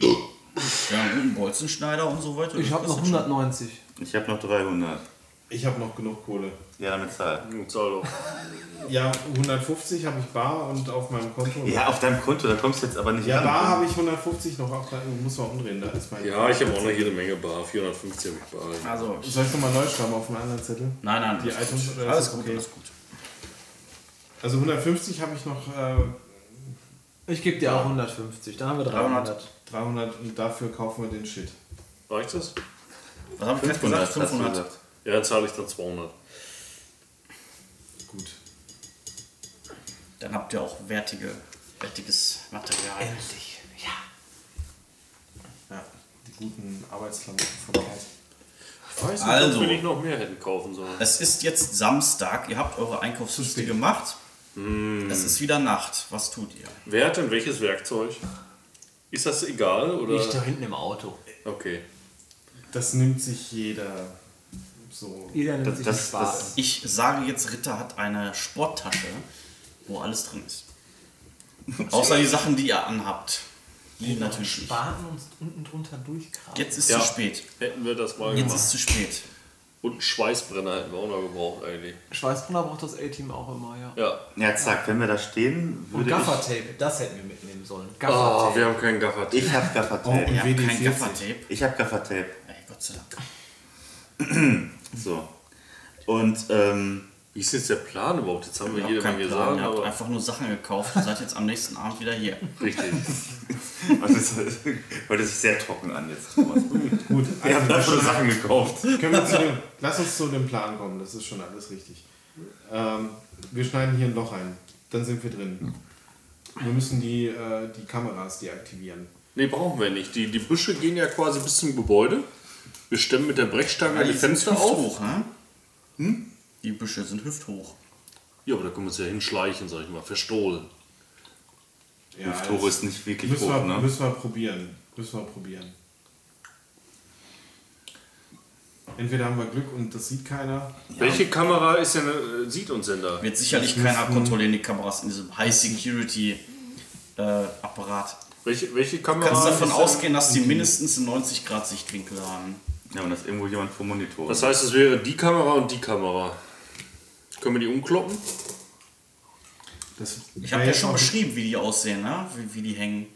A: Ja, einen guten Bolzenschneider und so weiter.
E: Ich
A: das
E: habe noch
A: ist schon-
E: 190.
B: Ich habe noch 300.
F: Ich habe noch genug Kohle.
B: Ja, damit zahl.
C: Nun zahl doch.
F: Ja, 150 habe ich bar und auf meinem Konto.
B: Ja, auf deinem Konto, da kommst du jetzt aber nicht
F: Ja,
B: ran.
F: bar habe ich 150 noch. Auch da, muss man umdrehen, ne? da ist mein.
C: Ja, ich habe auch noch jede Menge Bar. 450 habe ich Bar.
A: Also, ich,
F: Soll ich nochmal neu schreiben auf meinen anderen Zettel?
A: nein, nein,
F: Die
A: alles gut.
F: Items, oder ist
A: alles
F: das
A: gut,
F: okay?
A: alles gut.
F: Also 150 habe ich noch äh,
E: Ich gebe dir auch 150, da haben wir 300.
A: 300.
F: 300 und dafür kaufen wir den Shit.
C: Reicht das?
A: Was haben wir gerade gesagt?
B: 500, hast du
A: 500.
B: gesagt.
C: Ja, dann zahle ich dann 200.
F: Gut.
A: Dann habt ihr auch wertige, wertiges Material.
E: Endlich, ja.
F: Ja, die guten Arbeitsklamotten von Kate.
C: Ich weiß nicht,
A: Also.
C: ob wir nicht noch mehr hätten kaufen sollen.
A: Es ist jetzt Samstag, ihr habt eure Einkaufsliste gemacht. Es ist wieder Nacht. Was tut ihr?
C: Wer hat denn welches Werkzeug? Ist das egal? Oder?
E: Ich da hinten im Auto.
C: Okay.
F: Das nimmt sich jeder so.
E: Jeder nimmt
B: Das-
E: sich
B: das-
E: einen Spaß.
B: das-
A: Ich sage jetzt, Ritter hat eine Sporttasche, wo alles drin ist. Außer die Sachen, die ihr anhabt. Die natürlich nicht.
E: Spaten und unten drunter durchgraben.
A: Jetzt ist
C: Ja.
A: zu spät.
C: Hätten wir das mal
A: Jetzt
C: gemacht.
A: ist zu spät.
C: Und einen Schweißbrenner hätten wir auch noch gebraucht eigentlich.
E: Schweißbrunner braucht das A-Team auch immer, ja.
C: Ja.
B: Ja, zack, wenn wir da stehen,
E: Und
B: würde
E: Gaffertape, das hätten wir mitnehmen sollen.
C: Ah,
E: Gaffertape.
C: wir haben keinen Gaffer.
B: ich... Ich habe
F: Oh, und
B: Gaffertape.
A: Ja, kein
F: WD40.
A: Gaffertape.
B: Ich habe Gaffertape.
A: Ey, Gott sei Dank.
B: So. Und, ähm...
C: Wie ist jetzt der Plan überhaupt? Jetzt haben wir
A: Ihr
C: jede
A: habt keinen
C: Menge
A: Plan.
C: gesagt,
A: Ihr habt
C: aber
A: einfach nur Sachen gekauft und seid jetzt am nächsten Abend wieder hier.
C: richtig.
B: Was ist, hört sich sehr trocken an jetzt. Thomas.
F: Gut,
B: Wir haben da
F: also,
B: schon Sachen gekauft.
F: können wir zu dem, lass uns zu dem Plan kommen, das ist schon alles richtig. Ähm, wir schneiden hier ein Loch ein, dann sind wir drin. Wir müssen die, äh, die Kameras deaktivieren.
C: Nee, brauchen wir nicht. Die, die Büsche gehen ja quasi bis zum Gebäude. Wir stemmen mit der Brechstange die Fenster auf.
A: hüfthoch, ne? Hm? Die Büsche sind hüfthoch.
C: Ja, aber da können wir uns ja hinschleichen, sag ich mal. Verstohlen.
F: Ja, also
B: Tore ist nicht wirklich
F: müssen,
B: hoch,
F: wir,
B: ne?
F: müssen wir probieren. Müssen wir probieren. Entweder haben wir Glück und das sieht keiner.
C: Welche Kamera ist denn, äh, sieht uns denn da?
A: Wird sicherlich keiner kontrollieren, die Kameras in diesem High-Security-Apparat.
C: Welche, welche Kamera?
A: Kannst davon
C: ist denn-
A: ausgehen, dass die mindestens einen 90 Grad Sichtwinkel haben.
B: Ja, und da ist irgendwo jemand vor Monitor.
C: Das heißt, es wäre die Kamera und die Kamera. Können wir die umkloppen?
F: Das
A: Ich
F: wär
A: habe ja
F: jetzt
A: schon
F: auch-
A: beschrieben, wie die aussehen, ne? wie, wie die hängen.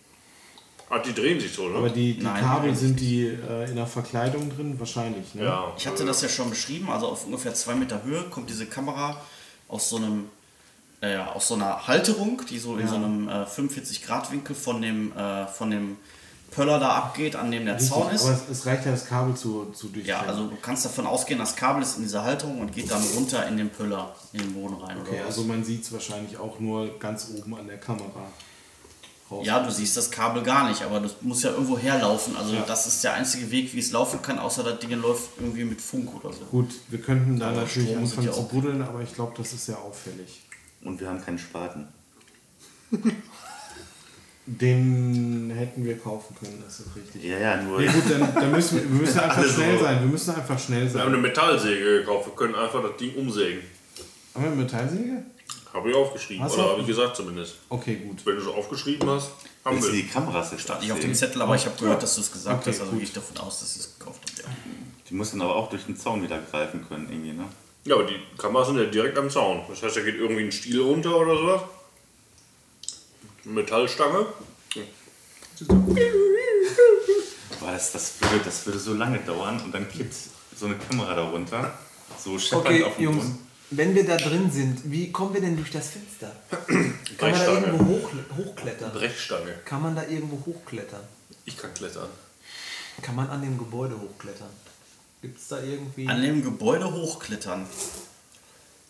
C: Ah, die drehen sich so,
F: Aber
C: ne?
F: die, die
A: Nein,
F: Kabel
A: weiß
F: sind die äh, in der Verkleidung drin, wahrscheinlich. Ne?
C: Ja.
A: Ich hatte das ja schon beschrieben, also auf ungefähr zwei Meter Höhe kommt diese Kamera aus so einem äh, aus so einer Halterung, die so in so einem äh, 45 Grad Winkel von dem äh, von dem Pöller da abgeht, an dem der
F: Richtig,
A: Zaun ist.
F: Aber es, es reicht ja, das Kabel zu, zu
A: Ja,
F: durchtrennen.
A: also du kannst davon ausgehen, das Kabel ist in dieser Halterung und geht dann runter in den Pöller, in den Boden rein.
F: Okay,
A: oder was.
F: also man sieht es wahrscheinlich auch nur ganz oben an der Kamera. Raus.
A: ja, du siehst das Kabel gar nicht, aber das muss ja irgendwo herlaufen. Also
F: Ja.
A: das ist der einzige Weg, wie es laufen kann, außer das Ding läuft irgendwie mit Funk oder so.
F: Gut, wir könnten da
A: Aber
F: natürlich
A: Strom sind
F: anfangen
A: ja
F: zu
A: auch-
F: buddeln, aber ich glaube, das ist ja auffällig.
B: und wir haben keinen Spaten.
F: Den hätten wir kaufen können, das ist richtig.
B: Ja, ja, nur...
F: Nee, gut, dann, dann müssen wir, wir müssen einfach
B: Alles
F: schnell
B: so.
F: sein. Wir müssen einfach schnell
C: Wir haben eine
F: sein.
C: Metallsäge gekauft. Wir können einfach das Ding umsägen.
F: Haben wir eine Metallsäge?
C: Habe ich aufgeschrieben.
F: Hast du?
C: Oder habe ich gesagt zumindest.
F: Okay, gut.
C: Wenn du es aufgeschrieben hast, haben
B: Willst du
C: wir.
B: die Kameras jetzt
A: Stand nicht auf dem
B: absehen?
A: Zettel, aber ich habe gehört, dass du es gesagt
F: Okay,
A: hast, also
F: gut.
A: gehe ich davon aus, dass du es gekauft hast. Ja.
B: Die Die muss dann aber auch durch den Zaun wieder greifen können, irgendwie, ne?
C: Ja, aber die Kameras sind ja direkt am Zaun. Das heißt, da geht irgendwie ein Stiel runter oder sowas. Metallstange.
B: Boah, das, das, würde, das würde so lange dauern und dann kippt so eine Kamera da runter. So scheppernd
D: Okay,
B: auf den
D: Jungs,
B: Boden.
E: Wenn wir da drin sind, wie kommen wir denn durch das Fenster? Kann man da irgendwo
C: Brechstange.
E: hoch, hochklettern?
C: Brechstange.
E: Kann man da irgendwo hochklettern?
C: Ich kann klettern.
E: Kann man an dem Gebäude hochklettern? Gibt es da irgendwie...
A: An dem Gebäude hochklettern.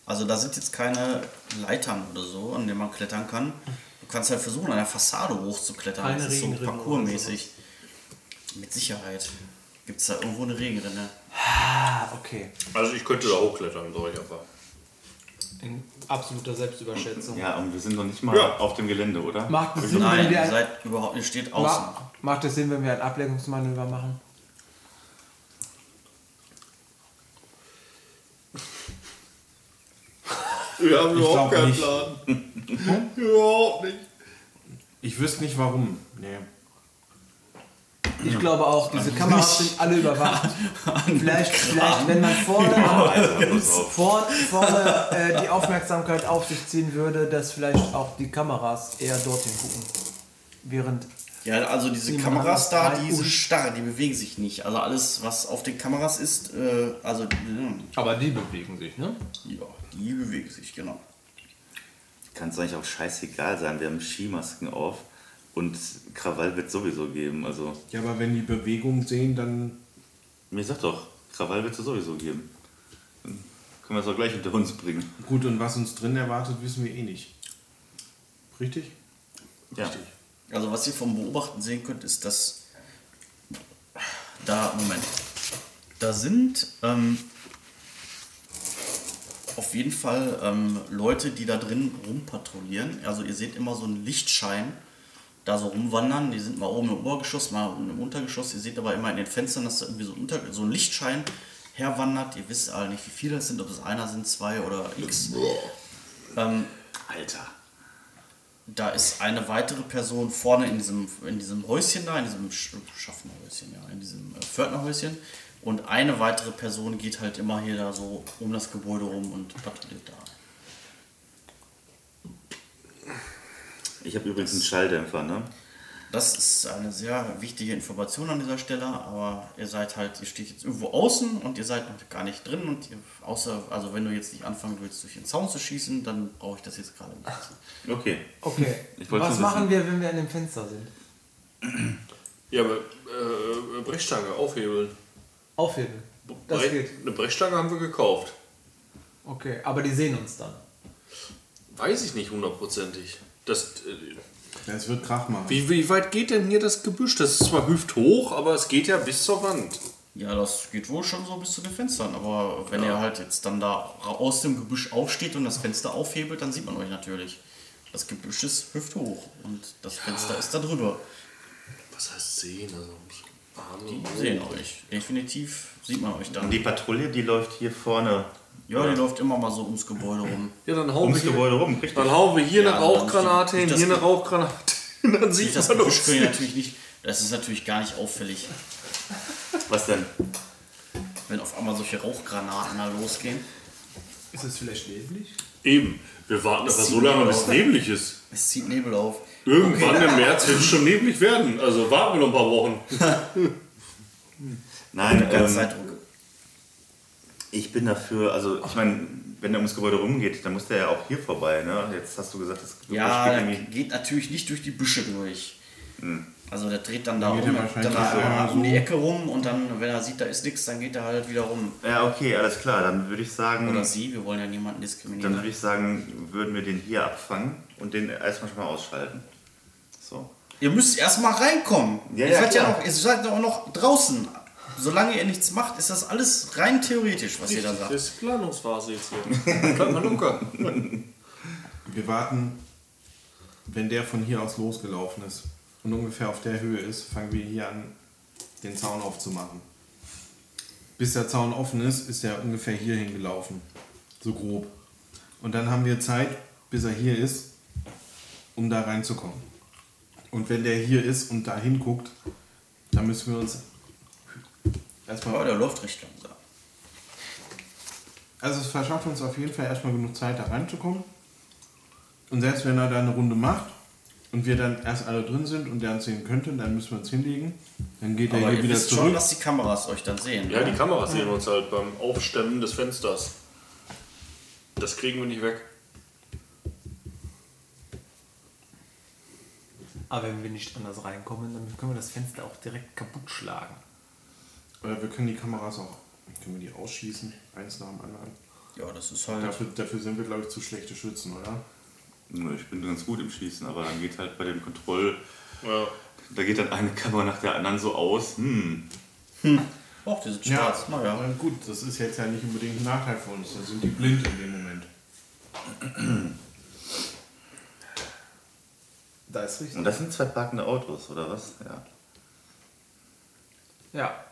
A: Also da sind jetzt keine Leitern oder so, an denen man klettern kann. Du kannst halt versuchen, an der Fassade hochzuklettern.
E: Keine
A: das ist so
E: Regenrinne oder
A: parkourmäßig. Mit Sicherheit. Gibt es da irgendwo eine Regenrinne?
E: Ah, okay.
C: Also ich könnte da hochklettern, soll ich aber.
E: In absoluter Selbstüberschätzung.
B: Ja, und wir sind noch nicht mal
C: Ja.
B: auf dem Gelände, oder?
D: Macht es Sinn,
A: Nein,
D: wenn wir
A: ihr
D: ein,
A: seid überhaupt nicht, steht außen.
D: ma, macht es Sinn, wenn wir ein Ablenkungsmanöver machen?
C: Wir haben
F: glaub
C: überhaupt keinen
F: nicht.
C: Plan.
E: Hm?
C: überhaupt nicht.
F: Ich wüsste nicht warum. Nee.
E: Ich glaube auch, diese
B: Also
E: Kameras sind alle überwacht. Vielleicht, vielleicht wenn man vorne,
B: Also, pass auf.
E: vor, vorne äh, die Aufmerksamkeit auf sich ziehen würde, dass vielleicht auch die Kameras eher dorthin gucken. Während
A: Ja, also diese
E: Die
A: Kameras
E: machen halt
A: da,
E: das
A: die
E: drei
A: sind
E: Uhr.
A: starr, die bewegen sich nicht. Also alles, was auf den Kameras ist, äh, also äh,
D: Aber die bewegen sich, ne?
A: ja, die bewegen sich, genau.
B: Kann es eigentlich auch scheißegal sein. Wir haben Skimasken auf und Krawall wird sowieso geben. Also,
F: Ja, aber wenn die Bewegung sehen, dann.
B: mir sagt doch, Krawall wird es sowieso geben. Dann können wir es auch gleich hinter uns bringen.
F: Gut, und was uns drin erwartet, wissen wir eh nicht. Richtig?
B: Ja.
A: Also was ihr vom Beobachten sehen könnt, ist, dass da, Moment, da sind ähm, auf jeden Fall ähm, Leute, die da drin rumpatrouillieren. Also ihr seht immer so einen Lichtschein da so rumwandern. Die sind mal oben im Obergeschoss, mal unten im Untergeschoss. Ihr seht aber immer in den Fenstern, dass da irgendwie so, ein Unter so ein Lichtschein herwandert. Ihr wisst alle nicht, wie viele es sind, ob es einer sind, zwei oder x. Ähm,
B: Alter.
A: da ist eine weitere Person vorne in diesem, in diesem Häuschen da, in diesem Sch- Schaffnerhäuschen, ja, in diesem äh, Pförtnerhäuschen. Und eine weitere Person geht halt immer hier da so um das Gebäude rum und patrouilliert da.
B: Ich habe übrigens einen Schalldämpfer, ne?
A: Das ist eine sehr wichtige Information an dieser Stelle, aber ihr seid halt, ihr steht jetzt irgendwo außen und ihr seid noch gar nicht drin und ihr, außer, also wenn du jetzt nicht anfangen willst, durch den Zaun zu schießen, dann brauche ich das jetzt gerade nicht.
B: Okay.
E: Okay,
B: Ich wollte
E: was
B: schon
E: machen wir, wenn wir an dem Fenster sind?
C: Ja, aber äh, Brechstange aufhebeln.
E: Aufheben. Das
C: Bre-
E: geht.
C: Eine Brechstange haben wir gekauft.
E: Okay, aber die sehen uns dann.
C: Weiß ich nicht hundertprozentig. Das, äh,
F: Ja, es wird Krach machen.
C: wie, wie weit geht denn hier das Gebüsch? Das ist zwar hüfthoch, aber es geht ja bis zur Wand.
A: Ja, das geht wohl schon so bis zu den Fenstern, aber wenn ihr halt jetzt dann da ra- aus dem Gebüsch aufsteht und das Fenster aufhebelt, dann sieht man euch natürlich. Das Gebüsch ist hüfthoch und das Fenster ist da drüber.
C: Was heißt sehen? Also, Arme
A: Die
C: hoch.
A: sehen euch. Definitiv sieht man euch
B: Und
A: dann.
B: die Patrouille, die läuft hier vorne
A: Ja, die läuft immer mal so ums Gebäude rum.
C: Ja, dann hauen, wir
B: ums
C: hier,
B: Gebäude rum, richtig?
C: dann hauen wir hier
A: Ja,
C: eine
A: dann sieht-
C: Rauchgranate hin,
A: sieht das
C: hier eine
A: Ge-
C: Rauchgranate hin. Dann sieht
A: Das
C: man
A: Gebüsch
C: uns
A: könnt ihr
C: nicht.
A: natürlich nicht. Das ist natürlich gar nicht auffällig,
B: Was denn?
A: wenn auf einmal solche Rauchgranaten da losgehen.
E: Ist es vielleicht leblich?
C: Eben. Wir warten aber so lange, bis es neblig ist.
A: Es zieht Nebel auf.
C: Irgendwann im März wird es schon neblig werden. Also warten wir noch ein paar Wochen.
B: Nein,
A: Ganz
B: ähm,
A: Zeitdruck.
B: ich bin dafür, also ich meine, wenn der ums Gebäude rumgeht, dann muss der ja auch hier vorbei, ne? Jetzt hast du gesagt, das Gebüsch
A: Ja,
B: geht
A: der
B: irgendwie-
A: geht natürlich nicht durch die Büsche durch.
B: Hm.
A: Also der dreht dann da rum,
F: geht er wahrscheinlich
A: dann da
F: so.
A: um die Ecke rum und dann, wenn er sieht, da ist nichts, dann geht er halt wieder rum.
B: Ja, okay, alles klar. Dann würde ich sagen,
A: Oder sie, wir wollen ja niemanden
B: Genau. dann
A: diskriminieren.
B: würde ich sagen, würden wir den hier abfangen und den erstmal schon mal ausschalten. So.
A: Ihr müsst erstmal reinkommen.
B: Ja,
A: ihr,
B: ja,
A: seid ja
B: klar.
A: noch, ihr seid ja auch noch draußen. Solange ihr nichts macht, ist das alles rein theoretisch, was ihr da sagt.
C: ist Planungsphase jetzt hier. Bleib mal locker.
F: Wir warten, wenn der von hier aus losgelaufen ist und ungefähr auf der Höhe ist, fangen wir hier an, den Zaun aufzumachen. Bis der Zaun offen ist, ist er ungefähr hierhin gelaufen. So grob. Und dann haben wir Zeit, bis er hier ist, um da reinzukommen. Und wenn der hier ist und da hinguckt, dann müssen wir uns
A: Ja,
F: erstmal
A: der läuft recht langsam.
F: Also es verschafft uns auf jeden Fall erstmal genug Zeit, da reinzukommen. Und selbst wenn er da eine Runde macht und wir dann erst alle drin sind und der uns sehen könnte, dann müssen wir uns hinlegen. Dann geht er
A: Aber
F: hier
A: ihr
F: wieder
A: wisst schon,
F: zurück.
A: dass die Kameras euch dann sehen.
C: Ja,
A: ne?
C: die Kameras sehen uns halt beim Aufstemmen des Fensters. Das kriegen wir nicht weg.
D: Aber wenn wir nicht anders reinkommen, dann können wir das Fenster auch direkt kaputt schlagen.
F: Oder wir können die Kameras auch, können wir die ausschießen, eins nach dem anderen.
A: ja das ist halt.
F: Dafür, dafür sind wir, glaube ich, zu schlechte Schützen, oder?
B: Ich bin ganz gut im Schießen, aber dann geht halt bei dem Kontroll,
C: Ja.
B: da geht dann eine Kamera nach der anderen so aus. Hm,
A: Och, die sind schwarz.
F: Na
A: Naja.
F: aber gut, das ist jetzt ja nicht unbedingt ein Nachteil für uns. Da sind die blind in dem Moment.
D: Da ist richtig.
B: Und das sind zwei parkende Autos, oder was? Ja.
D: Ja.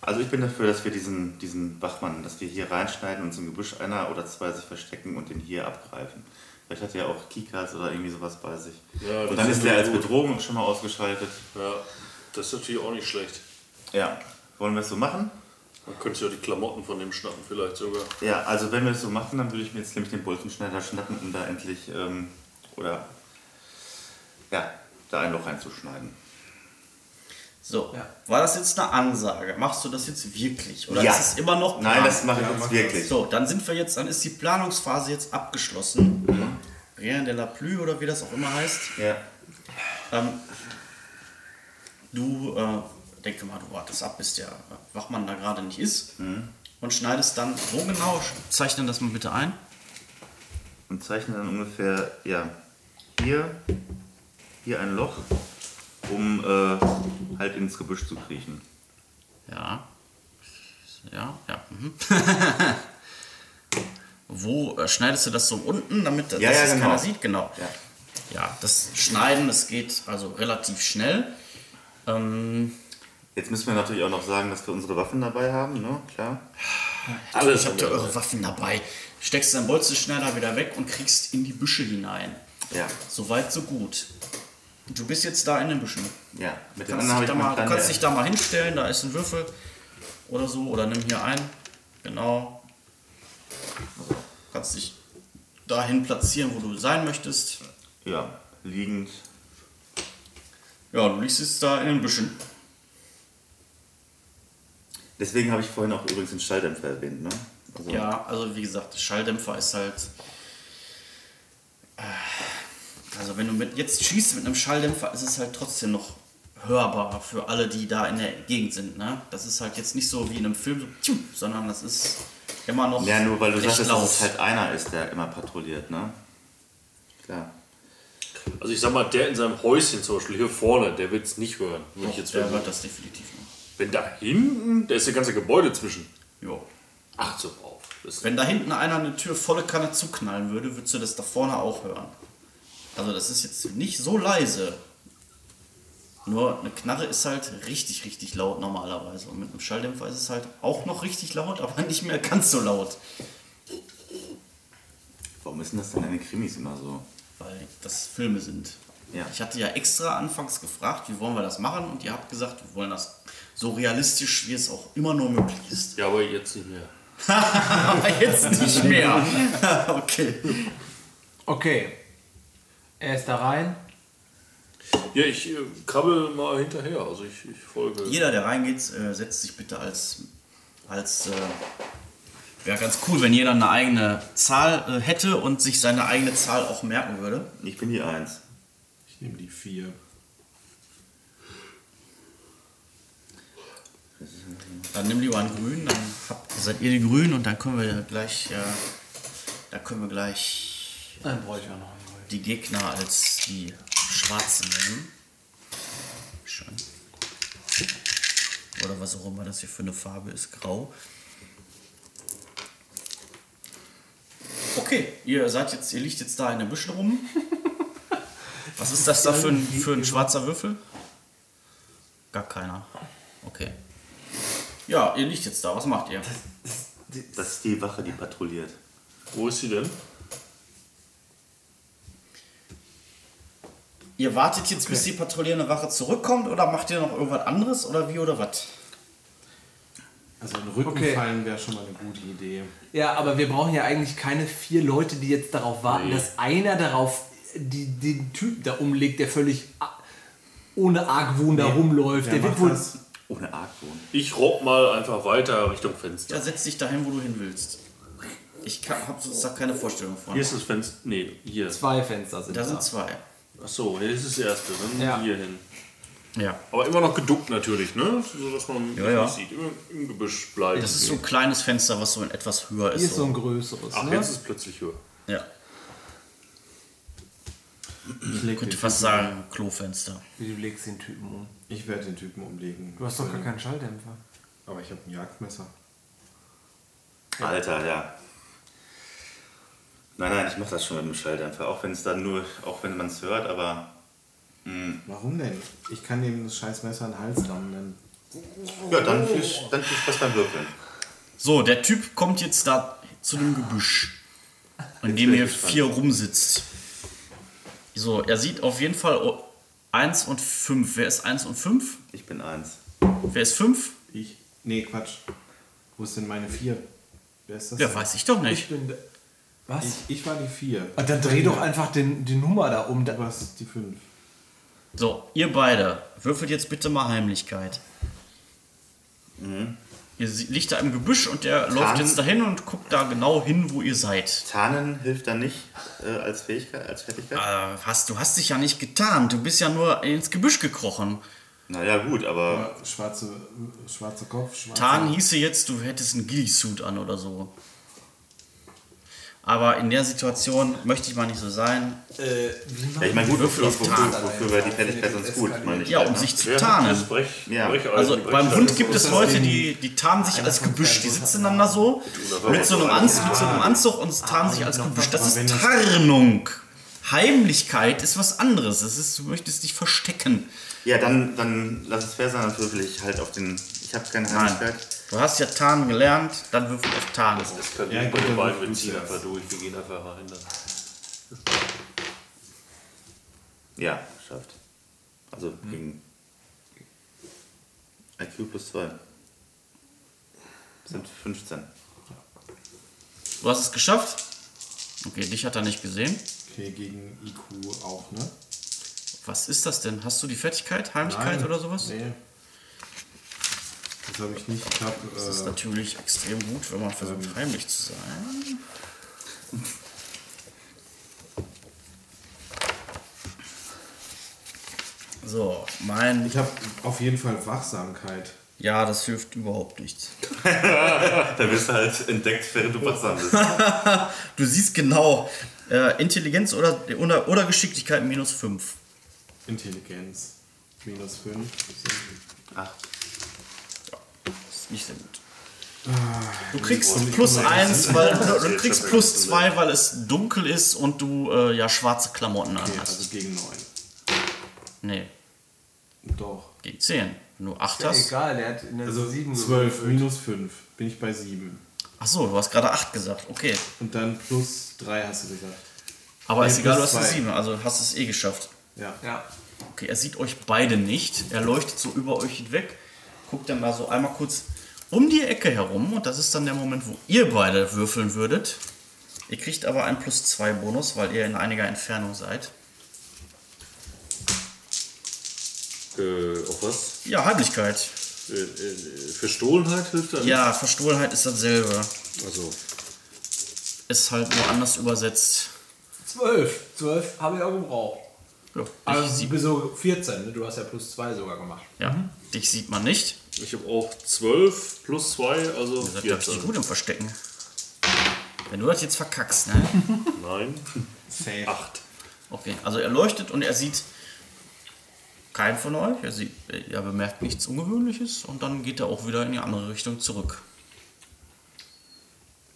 B: Also ich bin dafür, dass wir diesen, diesen Wachmann, dass wir hier reinschneiden und zum Gebüsch einer oder zwei sich verstecken und den hier abgreifen. Vielleicht hat er ja auch Keycards oder irgendwie sowas bei sich.
C: Ja,
B: und
C: das
B: dann
C: ist
B: ist der als
C: gut.
B: Bedrohung schon mal ausgeschaltet.
C: ja, das ist natürlich auch nicht schlecht.
B: Ja. Wollen wir es so machen?
C: Man könnte ja die Klamotten von dem schnappen, vielleicht sogar.
B: Ja, also wenn wir es so machen, dann würde ich mir jetzt nämlich den Bolzenschneider schnappen, um da endlich, ähm, oder, ja, da ein Loch reinzuschneiden.
A: So,
D: Ja.
A: war das jetzt eine Ansage? Machst du das jetzt wirklich? Oder
B: Ja.
A: ist es immer noch
B: Nein,
A: Plan?
B: das mache ich
F: Ja,
B: jetzt
F: mach
B: wirklich.
A: So, dann sind wir jetzt, dann ist die Planungsphase jetzt abgeschlossen. Rien de la Pluie oder wie das auch immer heißt.
B: Ja.
A: Ähm, du, äh, denke mal, du wartest ab, bis der Wachmann da gerade nicht ist. Und schneidest dann, wo genau? Zeichne das mal bitte ein.
B: Und zeichne dann ungefähr, ja, hier, hier ein Loch, um äh, halt ins Gebüsch zu kriechen.
A: Ja. Ja, ja. Mhm. Wo äh, schneidest du das so unten, damit das
B: Ja, ja,
A: es
B: genau.
A: keiner sieht? Genau.
B: Ja.
A: Ja, das Schneiden, das geht also relativ schnell. Ähm,
B: Jetzt müssen wir natürlich auch noch sagen, dass wir unsere Waffen dabei haben, ne? Klar.
A: ich habt ihr eure Waffen dabei. Steckst deinen Bolzenschneider wieder weg und kriegst in die Büsche hinein.
B: Ja,
A: Soweit, so gut. Du bist jetzt da in den Büschen.
B: ja. Mit
A: Du
B: den
A: kannst, dich da
B: anderen habe ich meinen
A: mal, du
B: Plan
A: kannst dich
B: beendet.
A: da mal hinstellen, da ist ein Würfel oder so, oder nimm hier ein. Genau. Also, kannst dich dahin platzieren, wo du sein möchtest.
B: Ja, liegend.
A: Ja, du liegst jetzt da in den Büschen.
B: Deswegen habe ich vorhin auch übrigens den Schalldämpfer erwähnt, ne? Also,
A: Ja, also wie gesagt, der Schalldämpfer ist halt. äh, Also wenn du mit, jetzt schießt mit einem Schalldämpfer, ist es halt trotzdem noch hörbar für alle, die da in der Gegend sind. Ne? Das ist halt jetzt nicht so wie in einem Film, so, tschu, sondern das ist immer noch.
B: Ja, nur weil du
A: recht
B: sagtest,
A: laut.
B: dass es halt einer ist, der immer patrouilliert, ne? Klar.
C: Also ich sag mal, der in seinem Häuschen zum Beispiel hier vorne, der wird es nicht hören. Wenn, ich jetzt
A: der
C: wenn,
A: hört das definitiv noch.
C: wenn da hinten, da ist das ganze Gebäude zwischen.
A: Jo.
C: Acht so auf. Das
A: Wenn da hinten einer eine Tür volle Kanne zuknallen würde, würdest du das da vorne auch hören. Also das ist jetzt nicht so leise. Nur eine Knarre ist halt richtig, richtig laut normalerweise. Und mit einem Schalldämpfer ist es halt auch noch richtig laut, aber nicht mehr ganz so laut.
B: Warum ist denn das denn in den Krimis immer so?
A: Weil das Filme sind.
B: Ja.
A: Ich hatte ja extra anfangs gefragt, wie wollen wir das machen? Und ihr habt gesagt, wir wollen das so realistisch, wie es auch immer nur möglich ist.
C: ja, aber jetzt nicht mehr.
A: Aber jetzt nicht mehr. okay.
D: Okay. Er ist da rein.
C: Ja, ich äh, krabbel mal hinterher. Also ich, ich folge.
A: Jeder, der reingeht, äh, setzt sich bitte als. als äh, Wäre ganz cool, wenn jeder eine eigene Zahl äh, hätte und sich seine eigene Zahl auch merken würde.
B: Ich bin die Eins.
F: Ich nehme die vier.
A: Dann nimm lieber einen grünen, dann habt, seid ihr die grünen und dann können wir gleich. Äh, da können wir gleich
D: Dann brauche ich auch noch einen neuen.
A: die Gegner als die Schwarzen nehmen. Schön. Oder was auch immer das hier für eine Farbe ist, grau. Okay, ihr seid jetzt, ihr liegt jetzt da in den Büschen rum. Was ist das da für ein, für ein schwarzer Würfel? Gar keiner. Okay. Ja, ihr liegt jetzt da. Was macht ihr?
B: Das ist die Wache, die patrouilliert.
C: Wo ist sie denn?
A: Ihr wartet jetzt, bis die patrouillierende Wache zurückkommt oder macht ihr noch irgendwas anderes oder wie oder was?
F: Brücken
D: Okay.
F: Also fallen wäre schon mal eine gute Idee.
D: Ja, aber wir brauchen ja eigentlich keine vier Leute, die jetzt darauf warten, dass einer darauf die, den Typ da umlegt, der völlig a- ohne Argwohn da rumläuft.
F: Wer
D: Der wird
F: macht
D: wohl.
F: das?
B: Ohne Argwohn.
C: Ich robb mal einfach weiter Richtung Fenster.
A: Ja, setz dich dahin, wo du hin willst. Ich habe sozusagen keine Vorstellung
C: Hier
A: von.
C: ist das Fenster. Nee, hier.
D: Zwei Fenster sind
A: Da
D: da.
A: sind zwei.
C: Achso, hier ist das erste. Dann
D: Ja.
C: hier hin.
A: Ja.
C: Aber immer noch geduckt natürlich, ne? So dass man
A: Ja,
C: mich
A: ja.
C: nicht sieht. Immer im Gebüsch bleiben.
A: Das ist so ein kleines Fenster, was so in etwas höher ist.
D: Hier ist so
A: so.
D: ein größeres.
C: Ach,
D: ne?
C: jetzt ist plötzlich höher.
A: Ja.
F: Ich, leg den
A: Könnte fast sagen, Klofenster.
D: Wie du legst den Typen um.
F: Typen- ich werde den Typen umlegen.
D: Du hast doch gar keinen Schalldämpfer.
F: Aber ich habe ein Jagdmesser.
B: Alter, ja. Nein, nein, ich mache das schon mit dem Schalldämpfer. Auch wenn es dann nur, auch wenn man es hört, aber. Mh.
F: Warum denn? Ich kann dem das scheiß Messer einen Hals rammen. Dann
B: Ja, dann viel, dann viel Spaß beim Würfeln.
A: So, der Typ kommt jetzt da zu dem Gebüsch, in dem
B: bin
A: ihr
B: ich gespannt.
A: vier rumsitzt. So, er sieht auf jeden Fall 1 und 5. Wer ist 1 und 5?
B: Ich bin eins.
A: Wer ist 5?
F: ich. Nee, Quatsch. Wo ist denn meine vier? Wer ist das?
A: Ja,
F: denn?
A: weiß ich doch nicht.
D: Ich bin. Was?
F: ich, ich war die vier.
D: Ah, dann dreh doch einfach den, die Nummer da um. Da,
F: Du warst die fünf.
A: So, ihr beide, würfelt jetzt bitte mal Heimlichkeit. Mhm. Ihr sie- liegt da im Gebüsch und der läuft jetzt dahin und guckt da genau hin, wo ihr seid.
B: Tarnen hilft dann nicht äh, als Fähigkeit, als Fertigkeit.
A: Äh, hast, du hast dich ja nicht getan. Du bist ja nur ins Gebüsch gekrochen.
B: Naja, gut, aber.
F: Schwarze, schwarze Kopf, schwarze
A: Tarn hieße jetzt, du hättest einen Ghillie-Suit an oder so. Aber in der Situation möchte ich mal nicht so sein.
D: äh, wie machen
B: Ja, ich meine, gut,
D: wir
B: wofür,
A: auf
B: wofür,
A: Tarn.
B: wofür wäre die Fertigkeit sonst gut? Meine ich
A: Ja,
B: halt,
A: um
B: ne?
A: sich zu
C: Wer hat
A: tarnen.
C: das Brech,
B: Ja.
C: Brecheisen,
A: Also beim
C: Brechstange?
A: Hund gibt es Leute, die, die tarnen sich als Gebüsch. Die sitzen dann da so mit so einem Anzug, mit so einem Anzug und tarnen sich als Gebüsch. Das ist Tarnung. Heimlichkeit ist was anderes. Das ist, du möchtest dich verstecken.
B: Ja, dann, dann lass es fair sein, dann würfel ich halt auf den. Ich habe keine
A: Nein.
B: Heimlichkeit.
A: Du hast ja Tarn gelernt, dann wirf auf Tarn.
C: Das kann
F: Ja,
C: ich bei
F: gut,
C: den
F: dann
C: beiden
F: du
C: beziehen
F: zuerst.
C: einfach durch. Wir gehen einfach rein. Dann.
B: Ja, schafft. Also
A: Hm.
B: gegen IQ plus 2. Sind 15.
A: Du hast es geschafft. Okay, dich hat er nicht gesehen.
F: Okay, gegen IQ auch, ne?
A: Was ist das denn? Hast du die Fertigkeit, Heimlichkeit
F: Nein,
A: oder sowas?
F: Nee. Das habe ich nicht. Ich
A: Das ist
F: habe. Äh,
A: natürlich extrem gut, wenn man versucht,
F: Ähm.
A: heimlich zu sein. So, mein.
F: ich habe auf jeden Fall Wachsamkeit.
A: Ja, das hilft überhaupt nichts.
B: Da wirst du halt entdeckt, während du wachsam bist.
A: Du siehst genau, äh, Intelligenz oder, oder, oder Geschicklichkeit minus 5.
F: Intelligenz. Minus
A: Ah,
F: 5.
B: Ach,
A: Ist nicht sehr gut. Du kriegst
F: Ah, ich
A: plus
F: komme eigentlich
A: eins, weil du kriegst plus zwei, weil es dunkel ist und du äh, ja schwarze Klamotten
F: Okay,
A: anhast.
F: also gegen 9.
A: Nee,
F: Doch.
A: gegen 10. Wenn du 8
D: Ja,
A: hast.
D: egal, der hat in der
F: Also
D: 7
F: 12 minus 5 bin ich bei 7.
A: Achso, du hast gerade 8 gesagt. Okay.
F: Und dann plus 3 hast du gesagt.
A: Aber
F: Nee,
A: ist egal, du
F: plus
A: hast eine
F: zwei.
A: 7, also hast es eh geschafft.
F: Ja.
D: Ja.
A: Okay, er sieht euch beide nicht. Er leuchtet so über euch hinweg, guckt dann da so einmal kurz um die Ecke herum und das ist dann der Moment, wo ihr beide würfeln würdet. Ihr kriegt aber einen plus 2 Bonus, weil ihr in einiger Entfernung seid.
C: Äh, auf was?
A: Ja, Heimlichkeit.
C: Äh, äh, Verstohlenheit hilft dann?
A: Ja, Verstohlenheit ist dasselbe.
C: Also,
A: Ist halt nur anders übersetzt.
E: 12. 12 habe ich auch gebraucht.
A: Ja, dich,
E: Also
A: sieht,
E: wieso 14? Ne? Du hast ja plus 2 sogar gemacht.
A: ja,
F: Mhm.
A: dich sieht man nicht.
C: ich habe auch 12 plus 2,
A: Ihr
C: also
A: seid, glaube ich, nicht
C: 14.
A: gut im Verstecken. Wenn du das jetzt verkackst, ne?
C: Nein.
F: Safe.
C: 8.
A: Okay, also er leuchtet und er sieht keinen von euch. Er, sieht, er bemerkt nichts Ungewöhnliches und dann geht er auch wieder in die andere Richtung zurück.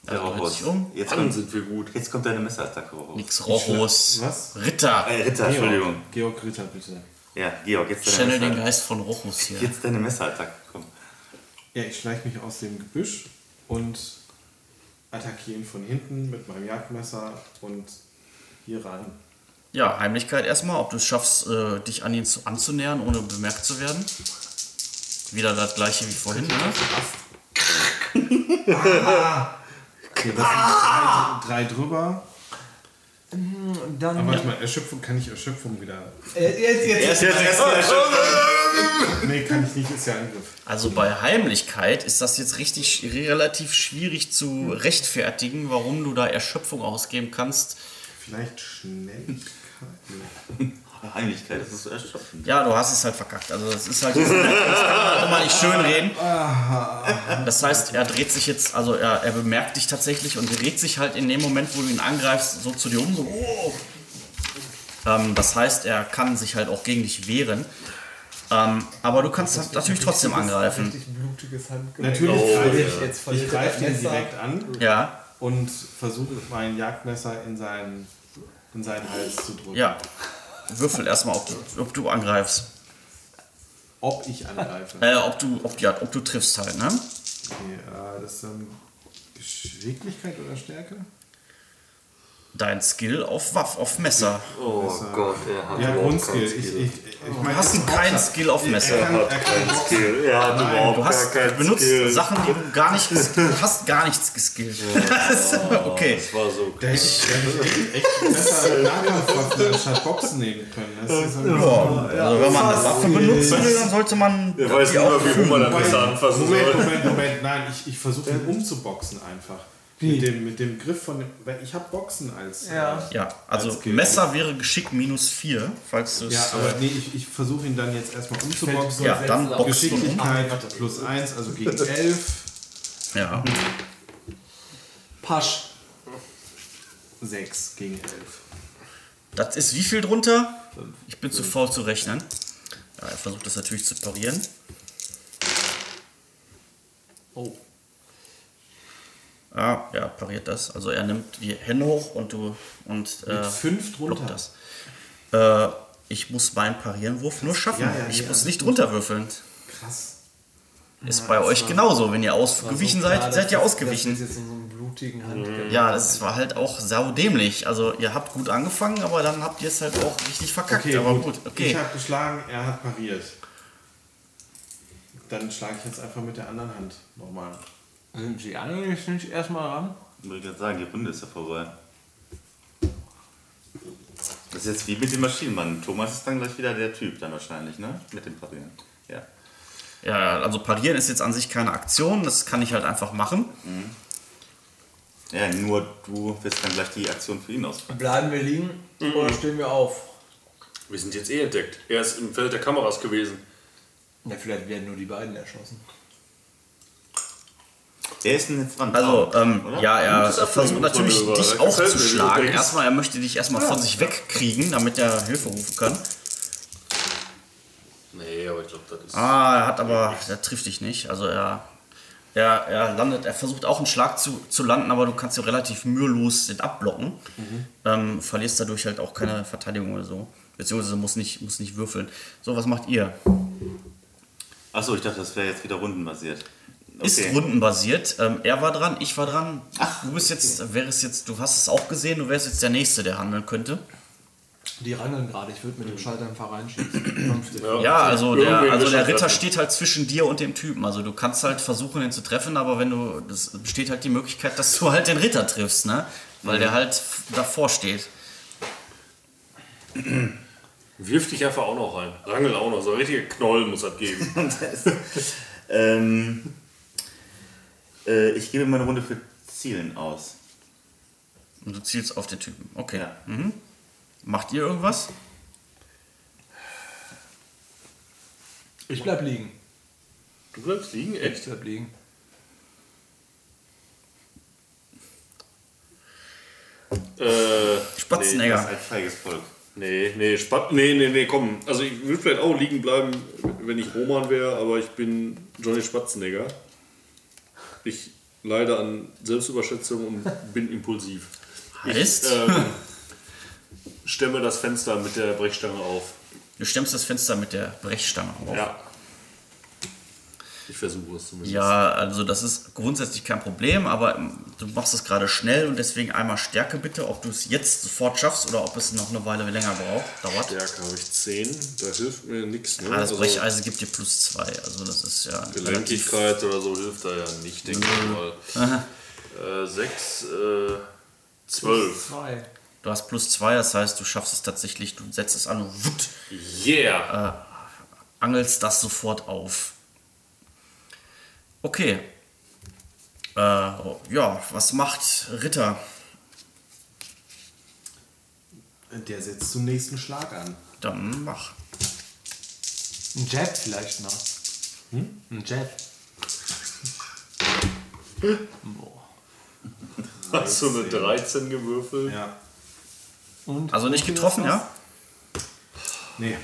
B: der
A: Also dreht
B: Rochus.
A: sich um.
B: Jetzt
C: Dann
B: kommt,
C: sind wir gut.
B: jetzt kommt deine Messerattacke hoch.
A: Nix Rochus.
F: Was?
A: Ritter.
B: Äh, Ritter, Entschuldigung.
F: Georg Ritter, bitte.
B: Ja, Georg, jetzt deine,
A: Channel den
B: Messer,
A: Geist von Rochus hier.
B: jetzt deine Messerattacke. Komm.
F: Ja, ich schleiche mich aus dem Gebüsch und attackiere ihn von hinten mit meinem Jagdmesser und hier rein.
A: Ja, Heimlichkeit erstmal, ob du es schaffst, äh, dich an ihn zu, anzunähern, ohne bemerkt zu werden. Wieder das gleiche wie vorhin, ne?
F: Okay, das sind drei, drei drüber.
E: Dann.
F: Aber warte mal, Erschöpfung, kann ich Erschöpfung wieder.
E: Äh, jetzt, jetzt,
B: Er ist jetzt erst
F: Nee, kann ich nicht, ist ja Angriff.
A: Also bei Heimlichkeit ist das jetzt richtig relativ schwierig zu rechtfertigen, warum du da Erschöpfung ausgeben kannst.
F: Vielleicht schnell.
B: Heimlichkeit, das ist erschöpfend.
A: Ja, du hast es halt verkackt. Also das ist halt. Das kann man auch mal nicht schön reden. Das heißt, er dreht sich jetzt, also er, er bemerkt dich tatsächlich und dreht sich halt in dem Moment, wo du ihn angreifst, so zu dir um. So, oh. ähm, das heißt, er kann sich halt auch gegen dich wehren. Ähm, aber du kannst natürlich trotzdem angreifen.
E: Richtig blutiges Handgemenge.
F: Natürlich
A: Oh,
F: greife
E: verliere
F: ich,
E: ich jetzt verliere
F: ich greife den
E: Messer.
F: direkt an
A: Ja,
F: und versuche mein Jagdmesser in seinen, in seinen Hals zu drücken.
A: ja. Würfel erstmal, ob du, ob du angreifst.
F: Ob ich angreife.
A: Äh, ob du, ob, ja, ob du triffst halt, ne?
F: Okay, äh, das ist dann Geschicklichkeit oder Stärke?
A: Dein Skill auf Waff, auf Messer.
C: Oh Gott, er hat
F: Ja,
C: überhaupt
F: Grundskill.
C: keinen
F: Ich, ich,
C: Skill.
F: ich, ich meine,
A: Hast du keinen Skill auf Messer?
F: Er kann, er kann
C: Kein Skill. Er hat überhaupt
A: Du hast
C: gar keinen
A: benutzt
C: Skill.
A: Sachen, die du gar nicht, ges- hast gar nichts geskillt. okay.
C: Das war so
F: Da hätte ich, da hätte ich echt besser Nahkampfwaffen anstatt Boxen nehmen können. Das ist ein
A: Ja, also wenn man eine Waffe benutzen will, dann sollte man
C: Er weiß
A: die
C: nicht
A: auch
C: mal, wie rum man das
F: Moment,
C: besser anfassen
F: Moment,
C: soll.
F: Moment, Moment, nein, ich, ich versuche ihn umzuboxen einfach. Mit dem, mit dem Griff von dem. Weil ich habe Boxen als. äh,
E: Ja.
A: Ja, also
F: Als Skill.
A: Messer wäre geschickt minus 4, falls du es.
F: Ja,
E: äh,
F: aber nee, ich, ich versuche ihn dann jetzt erstmal umzuboxen.
A: ja dann boxst du. um.
F: Geschicklichkeit plus 1, also gegen 11.
A: Ja.
E: Pasch.
F: 6 gegen 11.
A: Das ist wie viel drunter? Ich bin zu faul zu rechnen. Ja, er versucht das natürlich zu parieren.
E: Oh.
A: Ah, ja, pariert das. Also er nimmt die Hände hoch und du und äh,
F: Mit 5
A: blockt
F: drunter.
A: das. Äh, ich muss meinen Parierenwurf nur schaffen.
F: Ja, ja,
A: ich
F: ja,
A: muss
F: alles
A: nicht runterwürfeln.
F: Krass.
A: Ist bei euch genauso. Wenn ihr ausgewichen
E: War so klar,
A: seid, seid ihr
E: dass-
A: ausgewichen. Mhm.
E: dass Also Das ist jetzt in so einem blutigen Handgemenge.
A: Ja, das war halt auch saudämlich. Also ihr habt gut angefangen, aber dann habt ihr es halt auch richtig verkackt.
F: Okay,
A: aber
F: gut.
A: gut,
F: Ich
A: okay.
F: habe geschlagen, er hat pariert. Dann schlage ich jetzt einfach mit der anderen Hand nochmal.
D: Sind die anderen jetzt nicht erstmal ran?
B: Ich wollte gerade sagen, die Runde ist ja vorbei. Das ist jetzt wie mit dem Maschinenmann. Thomas ist dann gleich wieder der Typ, dann wahrscheinlich, ne? Mit dem Parieren. Ja.
A: Ja, also parieren ist jetzt an sich keine Aktion. Das kann ich halt einfach machen.
B: Ja, nur du wirst dann gleich die Aktion für ihn ausführen.
E: Bleiben wir liegen
A: Mhm.
E: oder stehen wir auf?
C: Wir sind jetzt eh entdeckt. Er ist im Feld der Kameras gewesen.
E: Ja, vielleicht werden nur die beiden erschossen.
B: Der ist denn jetzt dran.
A: Also, ähm,
B: Oder?
A: ja, er
C: Gutes Ablenken
A: versucht natürlich,
C: von mir,
A: dich
C: aber
A: auch
C: gefällt
A: zu
C: mir, wie du
A: schlagen.
C: denkst.
A: Erstmal, er möchte dich erstmal von sich wegkriegen, damit er Hilfe rufen kann.
C: Nee, aber ich glaube, das ist.
A: Ah, er hat aber, der trifft dich nicht. Also er, er, er landet, er versucht auch einen Schlag zu, zu landen, aber du kannst ja relativ mühelos den abblocken.
C: Mhm.
A: Ähm, verlierst dadurch halt auch keine Verteidigung oder so. Beziehungsweise muss nicht, muss nicht würfeln. So, was macht ihr?
B: Achso, ich dachte, das wäre jetzt wieder rundenbasiert. Okay.
A: Ist rundenbasiert. Ähm, er war dran, ich war dran. du bist jetzt, wärst jetzt, du hast es auch gesehen, du wärst jetzt der Nächste, der handeln könnte.
E: Die rangeln gerade. Ich würde
F: Mhm.
E: mit dem Schalter einfach reinschießen. Vernünftig.
A: Ja, also der,
C: Irgendwen
A: also
C: müssen wir
A: der Ritter
C: treffen.
A: steht halt zwischen dir und dem Typen. Also du kannst halt versuchen, den zu treffen, aber wenn du. Das besteht halt die Möglichkeit, dass du halt den Ritter triffst, ne? Weil der halt f- davor steht.
C: Wirf dich einfach auch noch rein. Rangel auch noch. So ein richtiger Knoll muss das geben.
B: ähm, äh, ich gebe meine Runde für Zielen aus.
A: Und du zielst auf den Typen. Okay.
B: Ja.
A: Mhm. Macht ihr irgendwas?
E: Ich bleib liegen.
C: Du bleibst liegen?
E: Ich
C: Echt?
E: bleib liegen.
C: Äh,
B: das ist
A: Spatzenegger.
B: halt feiges Volk.
C: nee, nee, Spat nee, nee, nee, komm. Also ich würde vielleicht auch liegen bleiben, wenn ich Roman wäre, aber ich bin Johnny Spatzenegger. Ich leide an Selbstüberschätzung und bin impulsiv.
A: Heißt?
C: Ich ähm, stemme das Fenster mit der Brechstange auf.
A: du stemmst das Fenster mit der Brechstange auf.
C: Ja. Ich versuche es zumindest.
A: Ja, also das ist grundsätzlich kein Problem, aber ähm, du machst es gerade schnell und deswegen einmal Stärke bitte, ob du es jetzt sofort schaffst oder ob es noch eine Weile länger braucht, dauert.
C: Stärke habe ich 10, da hilft mir nichts. Ne?
A: Ah, das
C: Also
A: Brecheisen gibt dir plus zwei, also das ist ja relativ
C: Gelenkigkeit oder so hilft da ja nicht, denke
A: Mhm.
C: ich mal. 6, äh, 12.
E: Zwei.
A: Du hast plus zwei, das heißt, du schaffst es tatsächlich, du setzt es an und wut,
B: Ah,
C: yeah!
A: angelst das sofort auf. Okay. Äh, oh, ja, was macht Ritter?
F: Der setzt zum nächsten Schlag an.
A: Dann mach.
D: Ein Jab vielleicht noch.
A: Hm?
D: Ein Jab.
C: Hast du eine 13 gewürfelt?
F: Ja.
D: Und
A: Also nicht getroffen, ja?
F: Nee.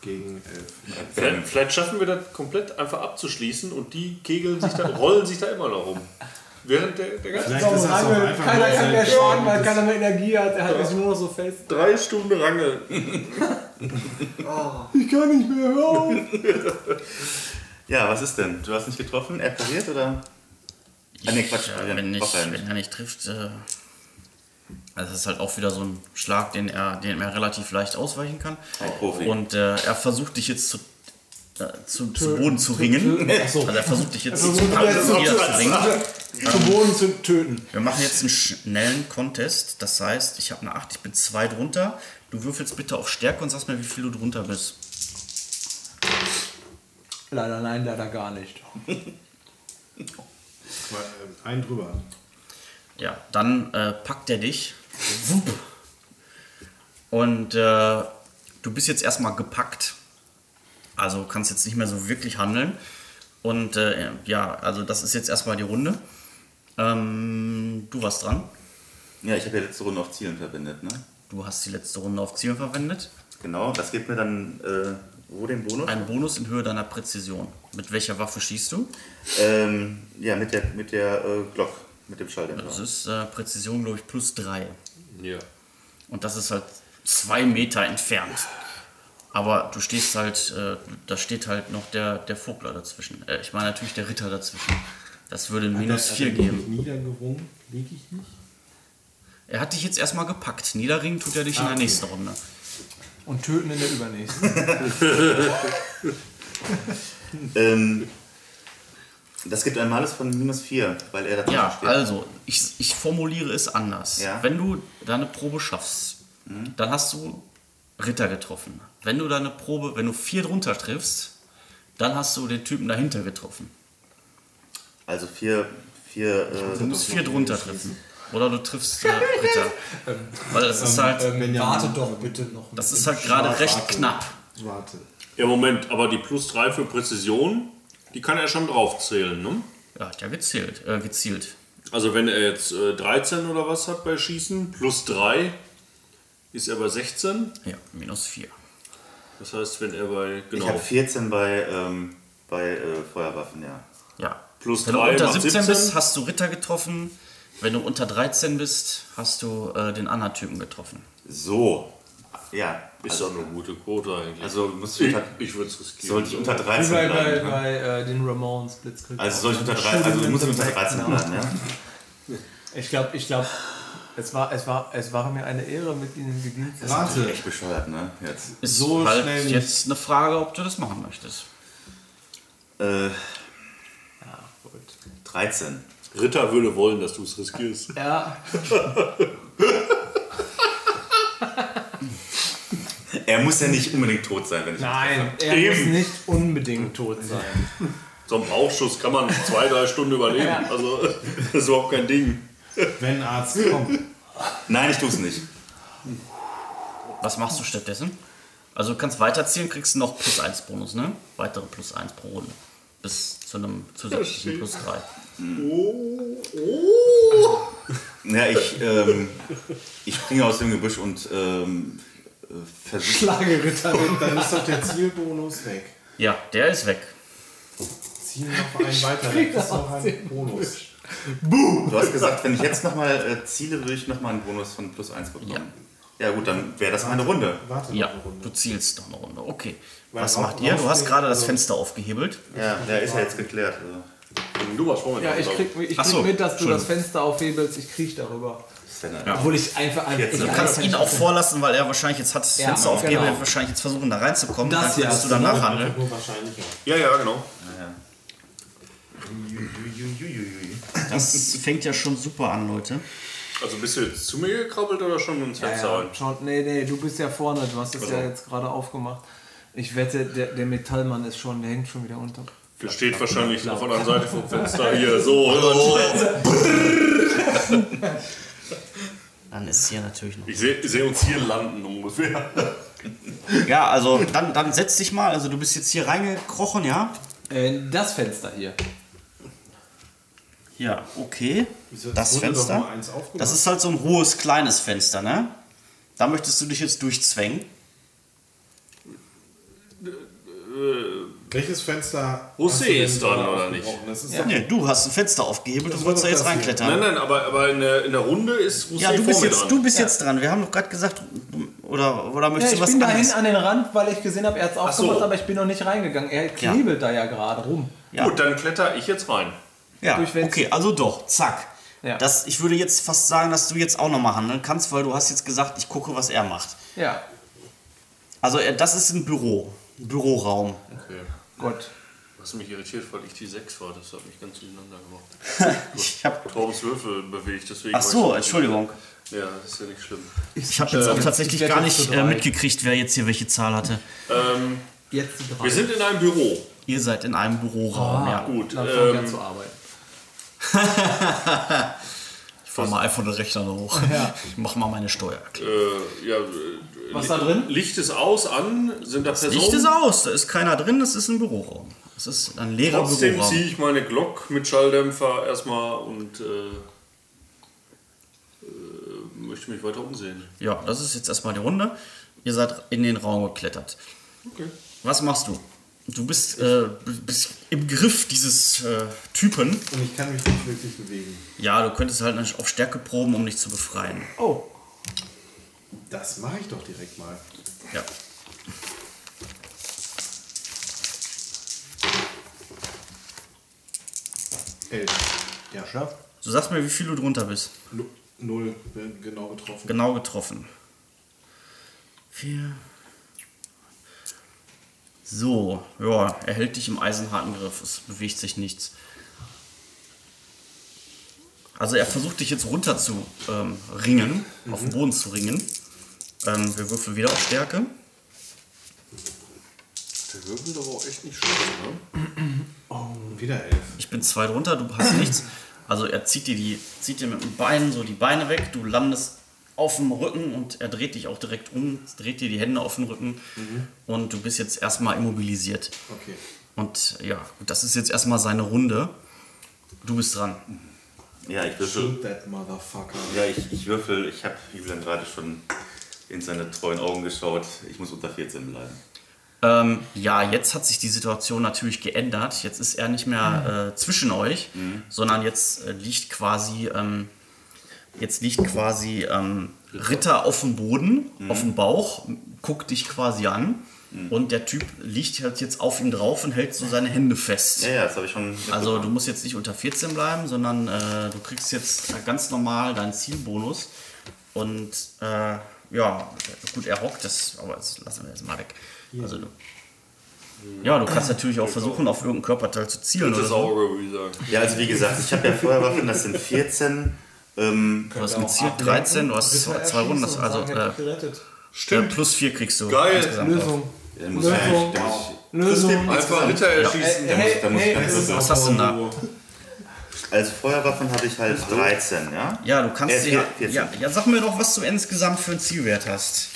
F: Gegen elf.
C: Vielleicht, vielleicht schaffen wir das komplett einfach abzuschließen und die kegeln sich da, rollen sich da immer noch rum. Während der, der ganzen
F: Vielleicht ist das auch
E: Rangel,
F: einfach
E: keiner
F: nur
E: kann
F: sein
E: mehr schaden, weil
F: Schaden.
E: keiner mehr Energie hat. Er hat sich nur noch so fest.
C: drei Stunden Range.
E: Ich kann nicht mehr hören.
B: Ja, was ist denn? Du hast nicht getroffen? Er pariert oder? Ah, nee, Quatsch.
A: Ja, wenn,
B: braucht
A: nicht,
B: er nicht.
A: wenn er nicht trifft, äh, also das ist halt auch wieder so ein Schlag, den er, den er relativ leicht ausweichen kann.
B: Ein Profi.
A: Und äh, er versucht dich jetzt zu, äh, zu, zu Boden zu ringen. Also er versucht dich jetzt zu, zu, zu ringen.
E: Zu Boden zu töten.
A: Wir machen jetzt einen schnellen Contest. Das heißt, ich habe eine 8, ich bin 2 drunter. Du würfelst bitte auf Stärke und sagst mir, wie viel du drunter bist.
D: Leider nein, leider gar nicht.
F: Zwei- äh, Einen drüber.
A: Ja, dann äh, packt er dich. Wupp. Und äh, du bist jetzt erstmal gepackt. Also kannst jetzt nicht mehr so wirklich handeln. Und äh, ja, also das ist jetzt erstmal die Runde. Ähm, du warst dran.
B: Ja, ich habe ja letzte Runde auf Zielen verwendet, ne?
A: Du hast die letzte Runde auf Ziel verwendet.
B: Genau, das gibt mir dann äh, wo den Bonus?
A: Ein Bonus in Höhe deiner Präzision. Mit welcher Waffe schießt du?
B: Ähm, ja, mit der, mit der äh, Glock, mit dem Schalldämpfer.
A: Das ist äh, Präzision, glaube ich, plus 3.
C: Ja.
A: Und das ist halt zwei Meter entfernt. Aber du stehst halt, äh, da steht halt noch der, der Vogler dazwischen. Äh, ich meine natürlich der Ritter dazwischen. Das würde ein minus
F: Hat
A: 4
F: er- hat er
A: geben.
F: mich Niedergerungen leg ich nicht.
A: Er hat dich jetzt erstmal gepackt. Niederringen tut er dich in der nächsten Runde.
D: Und töten in der übernächsten.
B: Ähm, das gibt ein Malus von minus 4, weil er dazwischen
A: Ja,
B: steht.
A: also, ich, ich formuliere es anders.
B: Ja.
A: Wenn du deine Probe schaffst, dann hast du Ritter getroffen. Wenn du deine Probe, wenn du vier drunter triffst, dann hast du den Typen dahinter getroffen.
B: Also 4, 4, äh,
A: Also Du musst vier drunter treffen. Oder du triffst äh, Ritter. Ähm, Weil das
F: Ähm,
A: ist halt,
F: Wenn ja,
E: Warte doch bitte noch.
A: das ist halt gerade recht
F: warte.
A: knapp.
F: Warte.
C: Ja, Moment, aber die plus 3 für Präzision, die kann er schon draufzählen, ne?
A: Ja, hat ja gezählt, äh, gezielt.
C: Also wenn er jetzt äh, 13 oder was hat bei Schießen, plus 3 ist er bei 16.
A: Ja, minus vier.
C: Das heißt, wenn er bei,
B: ich
C: genau,
B: habe 14 bei, ähm, bei äh, Feuerwaffen, ja.
A: Ja.
C: Plus
A: Wenn du
C: drei
A: unter
C: macht
A: 17,
C: 17.
A: bist, hast du Ritter getroffen. Wenn du unter 13 bist, hast du äh, den anderen Typen getroffen.
B: So. Ja.
C: ist
B: Also,
C: doch eine gute Quote eigentlich.
B: also musst du
C: ich,
B: unter,
C: ich würde es riskieren.
B: sollte ich unter
E: Wie
B: 13
E: bei, bei,
B: bleiben. ne?
E: bei äh, den Ramones Blitzkrieg.
B: Also soll ich unter 13, also du musst unter
E: Genau.
B: 13 bleiben, ja?
E: Ich glaube, ich glaube, es war, es, war, es war mir eine Ehre, mit Ihnen gedient zu haben.
F: Warte.
B: Echt bescheuert, ne? Jetzt.
A: Ist
F: So
A: halt
F: schnell nicht.
A: jetzt eine Frage, ob du das machen möchtest.
B: Äh,
E: Ja, gut.
B: 13.
C: Ritter würde wollen, dass du es riskierst.
E: Ja,
B: Er muss ja nicht unbedingt tot sein, wenn ich.
E: nein, er
C: Eben.
E: muss nicht unbedingt tot sein.
C: So einen Bauchschuss kann man zwei, drei Stunden überleben. Also das ist überhaupt kein Ding.
F: Wenn ein Arzt kommt.
B: Nein, ich tue es nicht.
A: Was machst du stattdessen? Also du kannst weiterziehen, kriegst noch plus 1 Bonus, ne? Weitere plus 1 pro Runde. Bis zu einem zusätzlichen plus 3.
B: Ja, ich, ähm, ich springe aus dem Gebüsch und ähm, äh, versuche.
E: Schlage Ritter.
F: Dann ist doch der Zielbonus weg.
A: Ja, der ist weg.
F: Zieh noch einen weiter. Das ist doch ein Bonus.
B: Du hast gesagt, wenn ich jetzt nochmal äh, ziele, würde ich nochmal einen Bonus von plus 1 bekommen. Ja gut, dann wäre das meine Runde.
F: Warte noch
A: Ja,
F: eine Runde.
A: du zielst noch eine Runde. Okay.
F: Weil
A: Was
F: rauf-
A: macht ihr? Du hast
F: raufgehen,
A: gerade das
F: also-
A: Fenster aufgehebelt.
B: Ja, der ist ja jetzt geklärt. Also.
C: Du warst vorhin.
E: Ja, ich krieg, ich
A: Ach
E: krieg
A: so,
E: mit, dass du das
A: Entschuldigung.
E: Fenster aufhebelst. Ich krieg darüber.
B: Das ist ja.
A: Ja.
D: Obwohl ich einfach einfach.
B: Jetzt,
A: Du
B: Ja,
A: kannst ihn auch vorlassen, weil er wahrscheinlich jetzt hat das
D: Ja,
A: Fenster aufgehebelt,
D: genau.
A: er wird wahrscheinlich jetzt versuchen da reinzukommen.
D: Das
A: dann kannst
D: ja,
A: du danach handeln.
F: Nur wahrscheinlich. ja.
C: Ja, ja, genau.
A: Das fängt ja schon super an, Leute.
C: Also bist du jetzt zu mir gekrabbelt oder schon ins
E: Ja,
C: Fenster rein?
E: ja. Schaut, Ähm, nee, nee, du bist ja vorne. Du hast es ja jetzt gerade aufgemacht. Ich wette, der, der Metallmann ist schon, der hängt schon wieder unter.
C: Der steht wahrscheinlich auf der anderen Seite vom Fenster hier. So, und
A: Dann ist hier natürlich noch.
C: ich sehe seh uns hier landen ungefähr.
A: Ja, also dann, dann setz dich mal. Also du bist jetzt hier reingekrochen, ja?
D: Äh, das Fenster hier.
A: Ja, okay.
F: Wieso, es
A: Das
F: wurde doch
A: Fenster.
F: nur eins aufgemacht.
A: Das ist halt so ein hohes, kleines Fenster, ne? Da möchtest du dich jetzt durchzwängen.
F: Welches Fenster?
C: Wo
F: hast du
C: sehe
F: denn
C: ich's dann,
F: gerade
C: oder
F: aufgebrochen? Das ist doch
A: Nee, du hast ein Fenster aufgehebelt und
F: Das war
A: wolltest da
F: doch
A: jetzt
F: das hier.
A: reinklettern.
C: Nein, nein, aber, aber in, der, in der Runde ist Rousseau
A: Ja, du
C: vor
A: bist,
C: mir
A: jetzt,
C: dran.
A: du bist jetzt dran. Wir haben doch gerade gesagt, oder, oder
E: Ja,
A: möchtest
E: ich
A: du was
E: bin dahin
A: anderes?
E: an den Rand, weil ich gesehen habe, er hat es aufgemacht,
C: so.
E: aber ich bin noch nicht reingegangen. Er knebelt da ja gerade rum.
A: Ja.
C: Gut, dann kletter ich jetzt rein.
A: Ja,
E: durch Wenzel.
A: okay, also doch, zack.
E: Ja.
A: Das, ich würde jetzt fast sagen, dass du jetzt auch nochmal handeln kannst, weil du hast jetzt gesagt, ich gucke, was er macht.
E: Ja,
A: Also er- das ist ein Büro, ein Büroraum.
C: Okay.
E: Gott.
C: Was mich irritiert, weil ich die 6 war, das hat mich ganz durcheinander gemacht.
A: Ich habe,
C: Torbens Würfel bewegt, deswegen.
A: ach so,
C: war ich-
A: Entschuldigung.
C: Ja, das ist ja nicht schlimm.
A: Ich habe jetzt auch tatsächlich
E: werd
A: gar
E: jetzt zu
A: nicht äh,
E: drei.
A: mitgekriegt, wer jetzt hier welche Zahl hatte.
C: Ähm,
E: Jetzt die drei.
C: wir sind in einem Büro.
A: Ihr seid in einem
E: Ah,
A: Büroraum, ja.
C: Gut,
D: Dann fang ich an
C: ähm,
D: zu arbeiten.
A: Ich fahr mal einfach den Rechner noch hoch. Ich mach mal meine Steuererklärung.
C: äh, ja,
E: Was da drin?
C: Licht ist aus, an, sind da Personen.
A: Licht ist aus, da ist keiner drin, das ist ein Büroraum. Das ist ein leerer
C: Trotzdem
A: Büroraum.
C: ziehe ich meine Glock mit Schalldämpfer erstmal und äh, äh, möchte mich weiter umsehen.
A: Ja, das ist jetzt erstmal die Runde. Ihr seid in den Raum geklettert.
C: Okay.
A: Was machst du? Du bist, äh, bist im Griff dieses äh, Typen.
F: Und ich kann mich nicht wirklich bewegen.
A: Ja, du könntest halt nicht auf Stärke proben, um dich zu befreien.
E: Oh,
F: Das mache ich doch direkt mal.
A: Ja.
F: Elf. Ja, schafft.
A: Du sagst mir, wie viel du drunter bist.
F: Null, bin genau getroffen.
A: Genau getroffen. Vier. So, ja, er hält dich im eisenharten Griff. Es bewegt sich nichts. Also er versucht dich jetzt runter zu ähm, ringen, auf den Boden zu ringen. Ähm, wir würfeln wieder auf Stärke.
C: Der Wirbel aber auch echt nicht schlecht, ne?
F: Und Oh, wieder elf.
A: Ich bin zwei drunter, du hast nichts. Also er zieht dir, die, zieht dir mit den Beinen so die Beine weg, du landest auf dem Rücken und er dreht dich auch direkt um, dreht dir die Hände auf den Rücken und du bist jetzt erstmal immobilisiert.
F: Okay.
A: Und ja, gut, das ist jetzt erstmal seine Runde. Du bist dran.
B: ja, ich würfel.
F: Shoot that motherfucker.
B: Ja, ich, ich würfel. Ich habe Julian gerade schon in seine treuen Augen geschaut. Ich muss unter 14 bleiben.
A: Ähm, ja, jetzt hat sich die Situation natürlich geändert. Jetzt ist er nicht mehr äh, zwischen euch, sondern jetzt äh, liegt quasi, ähm, jetzt liegt quasi ähm, Ritter auf dem Boden, auf dem Bauch, guckt dich quasi an. Und der Typ liegt halt jetzt auf ihm drauf und hält so seine Hände fest.
B: Ja, ja, das habe ich schon.
A: Also du musst jetzt nicht unter 14 bleiben, sondern äh, du kriegst jetzt ganz normal deinen Zielbonus. Und äh, ja, gut, er hockt das, aber das lassen wir jetzt mal weg. Also du. Ja, du kannst natürlich auch versuchen, auf irgendeinen Körperteil zu zielen. Oder
C: Das
A: so.
C: Auge, würde ich sagen.
B: Ja, also wie gesagt, ich habe ja Feuerwaffen, das sind 14. Ähm,
A: Du hast gezielt 13, du hast zwei, zwei Runden, das, also äh,
E: gerettet.
A: äh, plus 4 kriegst du.
C: Geil.
A: insgesamt drauf.
E: Lösung.
B: dann muss ich, dann muss
E: Lösung.
C: Einfach Ritter erschießen.
B: ich, dann muss ich, dann muss ich
E: Äh, Hey, hey,
B: ganz
A: Was hast du denn da?
B: Also Feuerwaffen habe ich halt 13, ja?
A: Ja, du kannst
B: Äh,
A: dir.
B: vier-
A: Ja, ja, sag mir doch, was du insgesamt für einen Zielwert hast.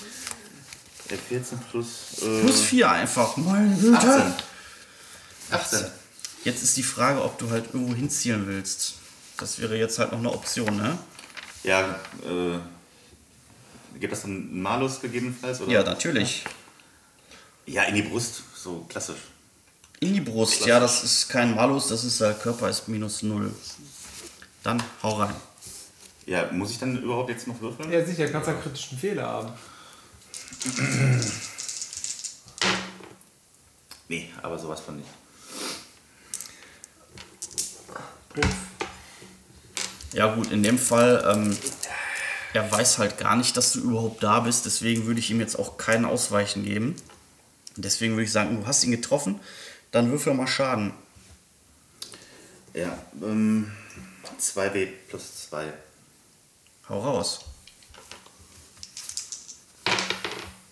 B: Äh, 14 plus, äh,
A: Plus 4 einfach. Meine Güte.
B: 18. 18.
A: Jetzt ist die Frage, ob du halt irgendwo hinzielen willst. Das wäre jetzt halt noch eine Option, ne?
B: Ja, äh, gibt das dann einen Malus gegebenenfalls? Oder?
A: Ja, natürlich.
B: Ja, in die Brust, so klassisch.
A: In die Brust, ja, das äh, ist kein Malus, das ist halt Körper ist minus null. Dann hau rein.
B: Ja, muss ich dann überhaupt jetzt noch würfeln?
D: Ja, sicher, kannst einen kritischen Fehler haben.
B: Nee, aber sowas von nicht.
A: Ja gut, in dem Fall, ähm, er weiß halt gar nicht, dass du überhaupt da bist, deswegen würde ich ihm jetzt auch keinen Ausweichen geben. Deswegen würde ich sagen, du hast ihn getroffen, dann würfel mal Schaden.
B: Ja, ähm, 2W plus 2.
A: Hau raus.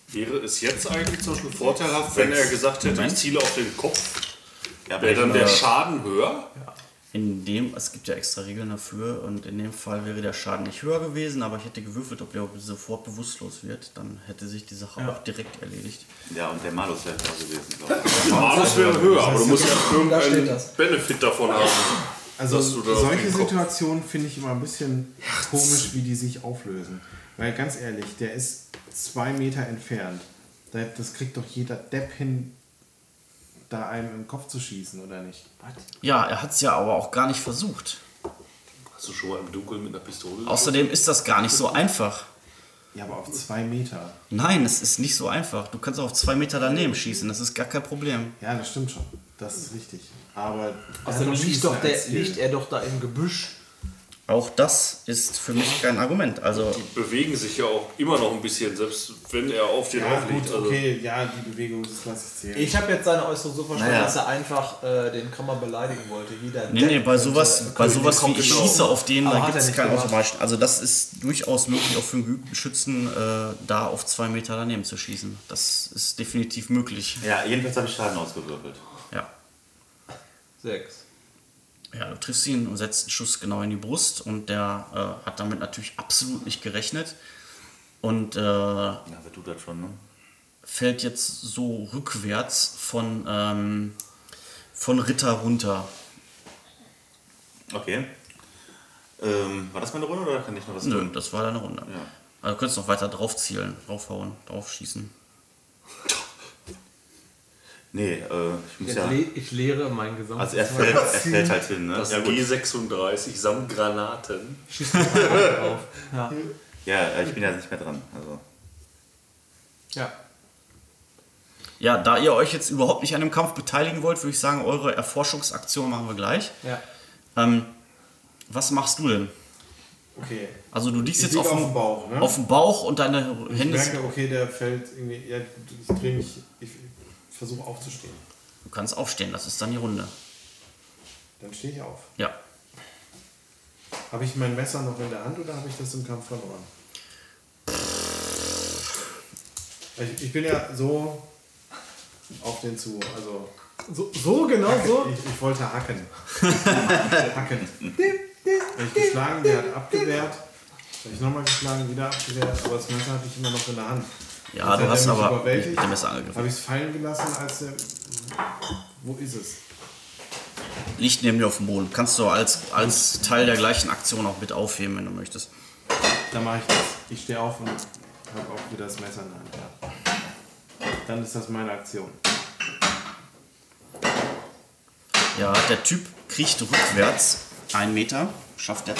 C: Wäre es jetzt eigentlich zum Beispiel vorteilhaft, wenn er gesagt hätte, ich ziele auf den Kopf,
B: Ja,
C: wäre dann der
B: äh,
C: Schaden höher?
A: In dem, es gibt ja extra Regeln dafür und in dem Fall wäre der Schaden nicht höher gewesen, aber ich hätte gewürfelt, ob der sofort bewusstlos wird, dann hätte sich die Sache auch direkt erledigt.
B: Ja, und der Malus wäre da gewesen, glaube ich.
C: Malus wäre höher, aber du musst ja
E: Da steht
C: irgendeinen
E: das.
C: Benefit davon haben.
F: Also
C: Dass du da auf
F: solche
C: den Kopf-
F: Situationen finde ich immer ein bisschen komisch, wie die sich auflösen. Weil ganz ehrlich, der ist zwei Meter entfernt. Da- Das kriegt doch jeder Depp hin, da einem im Kopf zu schießen, oder nicht?
A: Ja, er hat es ja aber auch gar nicht versucht.
C: Hast du schon mal im Dunkeln mit einer Pistole?
A: Außerdem ist das gar nicht so einfach.
F: Ja, aber auf zwei Meter.
A: Nein, es ist nicht so einfach. Du kannst auch auf zwei Meter daneben schießen, das ist gar kein Problem.
F: Ja, das stimmt schon. Das ist richtig. Aber er hat
E: Außerdem Also, liegt,
F: Schießen
E: doch der,
F: als Ziel.
E: liegt er doch da im Gebüsch.
A: Auch das ist für mich kein Argument. Also,
C: Die bewegen sich ja auch immer noch ein bisschen, selbst wenn er auf den
F: Ja,
C: aufliegt.
F: gut,
C: also,
F: okay, ja, die Bewegung, das lasse ich zählen.
E: Ich habe jetzt seine Äußerung so verstanden,
B: Naja.
E: dass er einfach äh, den Kammer beleidigen wollte. Jeder
A: nee, nee, bei
E: könnte-
A: sowas, bei
E: könnte-
A: sowas wie
E: äh, kommt
A: ich
E: genau.
A: schieße auf den,
E: Aber
A: da
E: hat
A: gibt
E: er
A: es
E: nicht
A: keinen
E: gemacht.
A: automatischen. Also, das ist durchaus möglich, auch für einen geübten Schützen äh, da auf zwei Meter daneben zu schießen. Das ist definitiv möglich.
B: Ja, jedenfalls habe ich Schaden ausgewürfelt.
A: Ja.
E: Sechs.
A: Ja, du triffst ihn und setzt einen Schuss genau in die Brust und der äh, hat damit natürlich absolut nicht gerechnet und äh,
B: Ja, wer tut das schon, ne?
A: fällt jetzt so rückwärts von, ähm, von Ritter runter.
B: Okay. Ähm, war das meine Runde oder kann ich noch was
A: Nö,
B: tun?
A: das war deine Runde.
B: Ja.
A: Also du könntest noch weiter drauf zielen, draufhauen, draufschießen.
B: Nee, äh, ich muss
D: Ich,
B: ja.
D: le ich lehre mein Gesang.
B: Also er fällt, er fällt halt hin, ne?
C: Das
B: Ja, gut.
C: G36 samt Granaten.
D: Schießt mir einfach drauf. Ja.
B: Ja, äh, ich bin ja nicht mehr dran. Also.
D: ja.
A: Ja, da ihr euch jetzt überhaupt nicht an dem Kampf beteiligen wollt, würde ich sagen, eure Erforschungsaktion machen wir gleich.
D: Ja.
A: Ähm, was machst du denn?
F: okay.
A: Also du liegst
F: Ich
A: jetzt
F: lieg
A: auf
F: auf
A: dem,
F: dem Bauch, ne?
A: auf dem Bauch und deine
F: Ich
A: Hände
F: merke, okay, der fällt irgendwie. Ja, ich drehe mich. Ich versuche aufzustehen.
A: Du kannst aufstehen, das ist dann die Runde.
F: Dann stehe ich auf.
A: Ja.
F: Habe ich mein Messer noch in der Hand oder habe ich das im Kampf verloren? Ich, ich bin ja so auf den zu. Also,
E: So, so genau so.
F: ich, ich wollte hacken. hacken. Hab ich geschlagen, der hat abgewehrt. Habe ich nochmal geschlagen, wieder abgewehrt. Aber das Messer hatte ich immer noch in der Hand.
A: Ja, du
F: hat er
A: hast
F: mich
A: aber
F: überwältigt.
A: nicht mit dem Messer angegriffen.
F: Habe ich es fallen gelassen, als der. Wo ist es?
A: Liegt neben dir auf dem Boden. Kannst du als, als Teil der gleichen Aktion auch mit aufheben, wenn du möchtest.
F: Da mache ich das. Ich stehe auf und habe auch wieder das Messer in der Hand. Ja. Dann ist das meine Aktion.
A: Ja, der Typ kriecht rückwärts. Ein Meter. Schafft er.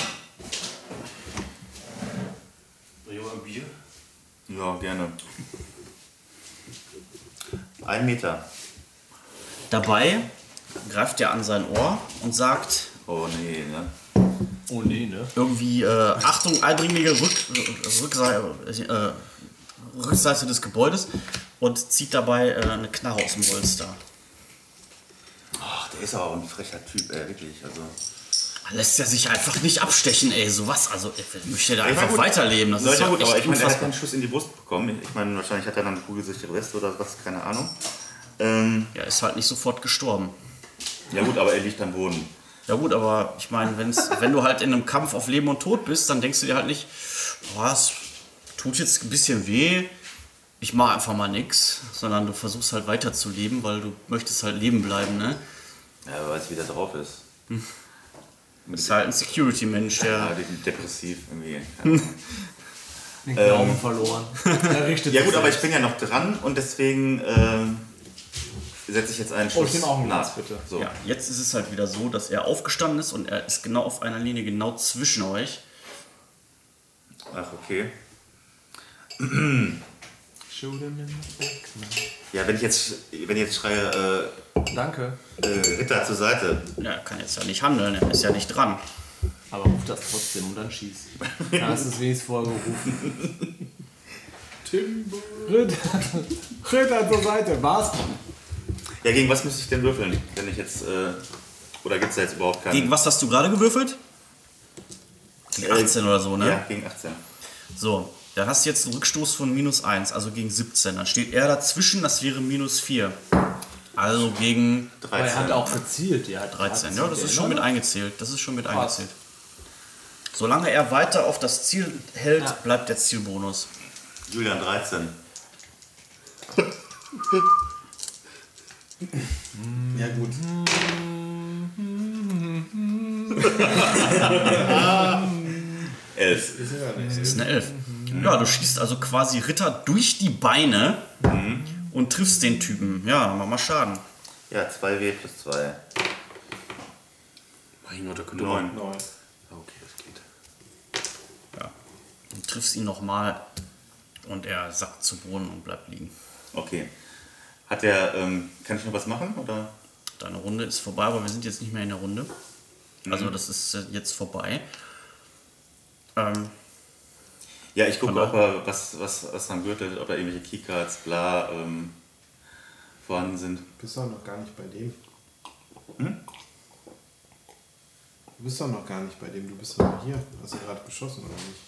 C: Jemand Bier?
B: Ja, gerne. Ein Meter.
A: Dabei greift er an sein Ohr und sagt
B: Oh nee, ne?
D: Oh nee, ne?
A: irgendwie, äh, Achtung, eindringliche Rück, Rückseite, äh, Rückseite des Gebäudes und zieht dabei äh, eine Knarre aus dem Holster.
B: Ach, der ist aber auch ein frecher Typ, ey, wirklich. Also.
A: Lässt er sich einfach nicht abstechen, ey, sowas. Also, ich möchte da
B: Ich meine,
A: einfach
B: gut.
A: weiterleben. Das
B: Na,
A: ist
B: ja
A: ja
B: gut, aber
A: echt
B: ich meine, er hat
A: unfassbar.
B: keinen Schuss in die Brust bekommen. Ich meine, wahrscheinlich hat er dann eine Kugel durch die Brust oder was, keine Ahnung. Ähm,
A: Ja, ist halt nicht sofort gestorben.
B: ja gut, aber er liegt am Boden.
A: Ja gut, aber ich meine, wenn's, wenn du halt in einem Kampf auf Leben und Tod bist, dann denkst du dir halt nicht, boah, es tut jetzt ein bisschen weh, ich mach einfach mal nix, sondern du versuchst halt weiterzuleben, weil du möchtest halt leben bleiben, ne?
B: Ja, wer weiß, wie der drauf ist.
A: Ist halt ein Security-Mensch,
B: Ja,
A: der...
B: de- depressiv irgendwie. keine Ahnung.
D: Den Glauben verloren.
E: Er richtet
B: Ähm. ja
E: sich
B: gut, aber ich
E: selbst.
B: bin ja noch dran und deswegen ähm, setze ich jetzt einen Schuss
E: Oh, ich nehme auch einen
B: nach.
E: Glas, bitte.
B: So.
A: Ja, jetzt ist es halt wieder so, dass er aufgestanden ist und er ist genau auf einer Linie, genau zwischen euch.
B: Ach, okay. Ja, wenn ich jetzt, wenn ich jetzt schreie,
E: Danke.
B: äh, äh, Ritter zur Seite.
A: Ja, er kann jetzt ja nicht handeln, er ist ja nicht dran.
D: Aber ruf das trotzdem und dann schieß. Da hast du es wenigstens vorher gerufen. Ritter, Ritter zur Seite, war's.
B: Ja, gegen was müsste ich denn würfeln, wenn ich jetzt, äh, oder gibt es da jetzt überhaupt keinen?
A: Gegen was hast du gerade gewürfelt? Gegen 18 oder so, ne?
B: Ja, gegen 18.
A: So, dann hast du jetzt einen Rückstoß von minus 1, also gegen 17. Dann steht er dazwischen, das wäre minus 4. Also gegen
B: 13.
D: Aber er hat auch gezielt, ja.
A: 13.
D: hat
A: Ja, das
D: gezielt,
A: ist schon mit eingezählt. Das ist schon mit eingezählt. Solange er weiter auf das Ziel hält,
D: Ja.
A: bleibt der Zielbonus.
B: Julian 13.
F: Ja, gut.
B: Elf.
F: Ist ja nicht.
A: Das ist eine 11. Ja, du schießt also quasi Ritter durch die Beine und triffst den Typen. Ja, mach mal Schaden.
B: Ja, 2W plus 2.
C: Mein Gott, da könnte man.
B: 9.
F: Neu.
C: Okay, das geht.
A: Ja. Und triffst ihn nochmal und er sackt zu Boden und bleibt liegen.
B: Okay. Hat der, ähm, kann ich noch was machen? Oder?
A: Deine Runde ist vorbei, aber wir sind jetzt nicht mehr in der Runde. Also das ist äh, jetzt vorbei. Ähm,
B: Ja, ich gucke
A: Aber-
B: auch, mal, was, was, was am Gürtel, ob da irgendwelche Keycards, bla, ähm, vorhanden sind.
F: Bist doch noch gar nicht bei dem. Du bist doch noch gar nicht bei dem. Du bist doch noch hier. Hast du gerade geschossen oder nicht?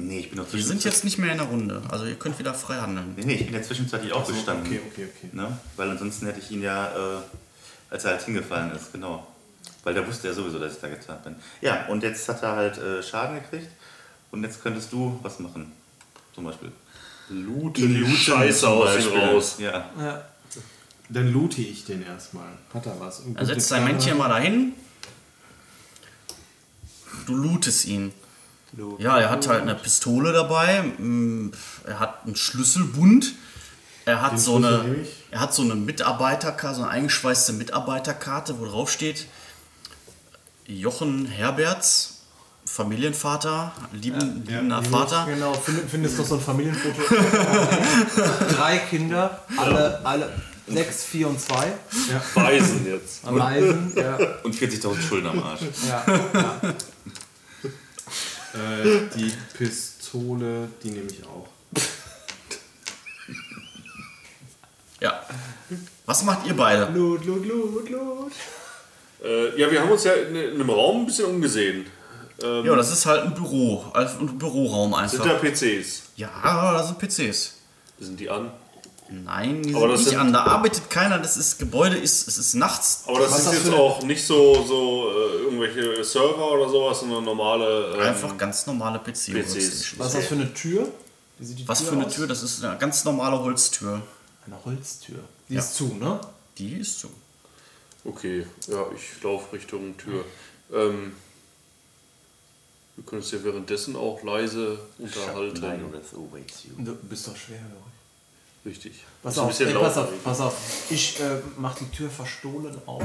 B: Nee, ich bin noch
A: wir sind
B: zwischenzeitlich-
A: jetzt nicht mehr in der Runde. Also ihr könnt wieder frei handeln.
B: Nee, nee, ich bin ja zwischenzeitlich auch gestanden.
F: okay, okay, okay.
B: Ne? Weil ansonsten hätte ich ihn ja, äh, als er halt hingefallen ist, genau. Weil da wusste er sowieso, dass ich da getan bin. Ja, und jetzt hat er halt äh, Schaden gekriegt. Und jetzt könntest du was machen. Zum Beispiel.
C: Lute
B: Ihn
C: die
B: looten
C: Scheiße
B: zum
C: aus ihm
B: Beispiel.
C: raus.
B: Ja.
E: Ja.
F: Dann loote ich den erstmal. Hat er was?
A: Er setzt sein Männchen mal dahin. Du lootest ihn. Ja, er hat halt eine Pistole dabei. mm, Er hat einen Schlüsselbund. Er hat
F: Den
A: so
F: Schlüssel
A: eine,
F: nehme ich.
A: er hat so eine Mitarbeiterkarte, so eine eingeschweißte Mitarbeiterkarte, wo drauf steht Jochen Herberts, Familienvater, lieben, liebender Vater.
E: Genau, find, findest du so ein Familienfoto. Drei Kinder, alle, alle sechs, vier und zwei.
C: Weisen jetzt.
E: Am Eisen, ja.
B: Und 40.000 Schulden am Arsch.
E: ja.
F: Äh, die Pistole, die nehme ich auch.
A: Ja. Was macht ihr beide?
E: Lot, lot, lot, lot.
C: Äh, ja, wir haben uns ja in, in einem Raum ein bisschen umgesehen. Ähm,
A: Ja, das ist halt ein Büro, also ein Büroraum
C: sind
A: einfach.
C: da PCs?
A: ja, da sind PCs.
C: Sind die an?
A: Nein, die
C: Aber
A: sind
C: das
A: nicht
C: sind-
A: an. Da arbeitet keiner. Das ist Gebäude ist, es ist nachts.
C: Aber das
E: Was
C: sind
E: ist das
C: jetzt
E: für eine-
C: auch nicht so, so äh, irgendwelche Server oder sowas, sondern normale. Ähm,
A: Einfach ganz normale PC.
C: PCs.
A: Workstation.
E: Was ist das für eine Tür? Wie sieht die
A: Was für eine
E: aus?
A: Tür? Das ist eine ganz normale Holztür.
E: Eine Holztür. Die
A: Ja.
E: ist zu, ne?
A: Die ist zu.
C: Okay, ja, ich laufe Richtung Tür. Ähm, wir können uns ja währenddessen auch leise unterhalten.
E: Du bist doch schwerhörig.
C: Richtig.
E: Pass
C: Muss ein
E: auf,
C: bisschen
E: ey, pass
C: lauter
E: auf,
C: reden.
E: pass auf. Ich äh, mach die Tür verstohlen auf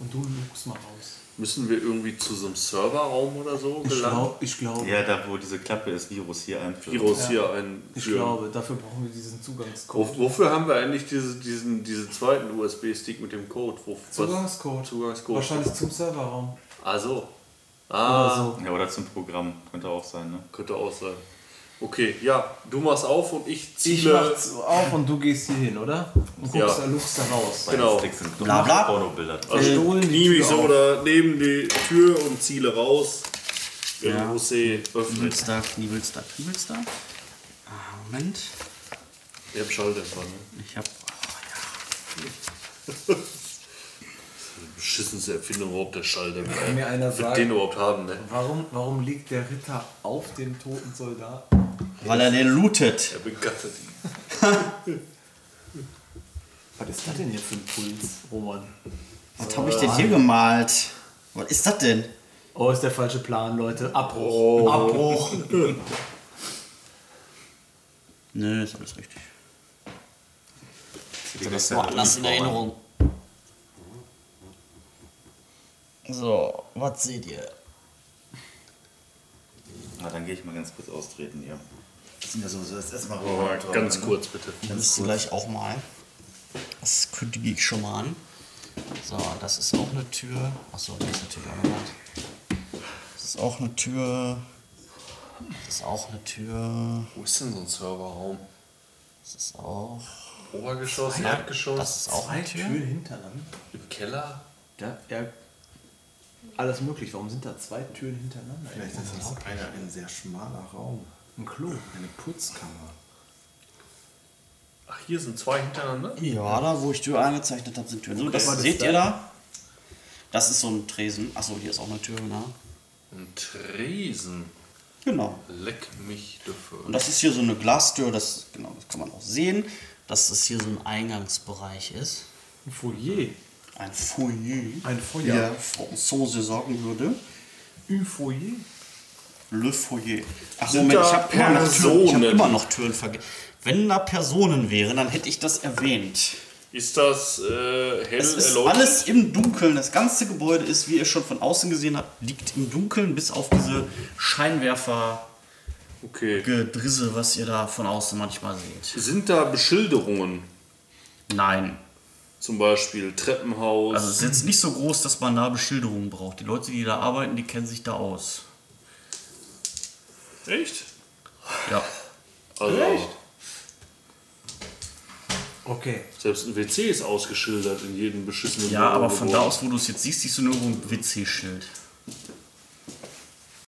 E: und du lugst mal raus.
C: Müssen wir irgendwie zu so einem Serverraum oder so
E: Ich
C: gelangen?
E: glaube, ich, glaube,
B: Ja, da wo diese Klappe ist, Virus hier einführt.
C: Virus hier ein.
E: ich glaube, dafür brauchen wir diesen Zugangscode.
C: Wo- Wofür haben wir eigentlich diese, diesen, diesen zweiten USB-Stick mit dem Code? Wo, was-
E: Zugangscode.
C: Zugangscode.
E: Wahrscheinlich zum Serverraum.
C: Ah, so. Ah,
E: Oder so.
B: Ja, oder zum Programm. Könnte auch sein, ne?
C: könnte auch sein. Okay, ja, du machst auf und ich
E: Ich
C: ziele.
E: mach's auf und du gehst hier hin, oder? Und
C: Ja.
E: guckst, da lugst da raus.
C: Genau.
B: Sticks sind
A: Bla, bla.
B: Pornobilder.
C: Also
E: Stohlen die
C: knie mich
E: Tür
C: so
E: auf.
C: da neben die Tür und ziele raus. Wenn ja. Jose öffnet.
A: Kniebelst da, kniebelst da, kniebelst da. Ah, Moment.
C: Ich hab Schalldämpfer, ne?
A: Ich hab.
C: Beschissenste Erfindung überhaupt der Schalldämpfer.
E: Kann mir einer
C: Wird den
E: sagen,
C: überhaupt haben, ne?
E: warum, warum liegt der Ritter auf dem toten Soldat?
A: Weil er den lootet.
C: Der begattet ihn.
E: Was ist das denn hier für ein Puls, Roman?
A: Was habe ich denn
C: Ah.
A: hier gemalt? Was ist das denn?
E: Oh, ist der falsche Plan, Leute. Abbruch. Abbruch.
A: Nö, ist alles richtig.
B: Das
A: War anders in Erinnerung. So, was seht ihr?
B: Na, dann gehe ich mal ganz kurz austreten hier. Das sind ja sowieso das erstmal
C: Aber ganz kurz bitte.
A: Nimmst du gleich auch mal. Das kündige ich schon mal an. So, das ist auch eine Tür. Achso, die ist natürlich angemacht. Das ist auch eine Tür. Das ist auch eine Tür.
C: Wo ist denn so ein Serverraum?
A: Das ist auch.
C: Obergeschoss,
A: Das
C: Erdgeschoss,
A: ist auch eine Tür.
E: Türen hintereinander.
C: im Keller?
E: Ja, ja. Alles möglich. Warum sind da zwei Türen hintereinander?
F: Vielleicht ist das einer ein sehr schmaler Raum.
E: ein Klo.
F: Eine Putzkammer.
C: Ach, hier sind zwei hintereinander?
A: Ja, da wo ich Tür eingezeichnet habe, sind Türen. So, das seht ihr da? Das ist so ein Tresen. Achso, hier ist auch eine Tür, ne?
C: Ein Tresen.
A: Genau.
C: Leck mich dafür.
A: Und das ist hier so eine Glastür, das, genau, das kann man auch sehen, dass es hier so ein Eingangsbereich ist.
E: Ein Foyer.
A: Ein Foyer,
E: Ein
A: wie
E: Foyer.
A: der Franzose sagen würde.
E: Ein Foyer.
A: Le Foyer. Ach
C: Sind
A: Moment,
C: da
A: ich habe immer, noch Türen- ich hab
C: Personen?
A: immer noch Türen vergessen. Wenn da Personen wären, dann hätte ich das erwähnt.
C: Ist das äh, hell
A: Es ist
C: erleuchtet?
A: alles im Dunkeln. Das ganze Gebäude ist, wie ihr schon von außen gesehen habt, liegt im Dunkeln, bis auf diese Scheinwerfer-Gedrisse,
C: Okay.
A: was ihr da von außen manchmal seht.
C: Sind da Beschilderungen?
A: Nein.
C: Zum Beispiel Treppenhaus.
A: Also es ist jetzt nicht so groß, dass man da Beschilderungen braucht. Die Leute, die da arbeiten, die kennen sich da aus.
C: Echt?
A: Ja.
C: Also,
E: Echt? Okay.
C: Selbst ein WC ist ausgeschildert in jedem beschissenen
A: Ja, aber von da
C: Wohngebäude.
A: aus, wo du es jetzt siehst, siehst du nur irgendwo ein WC-Schild.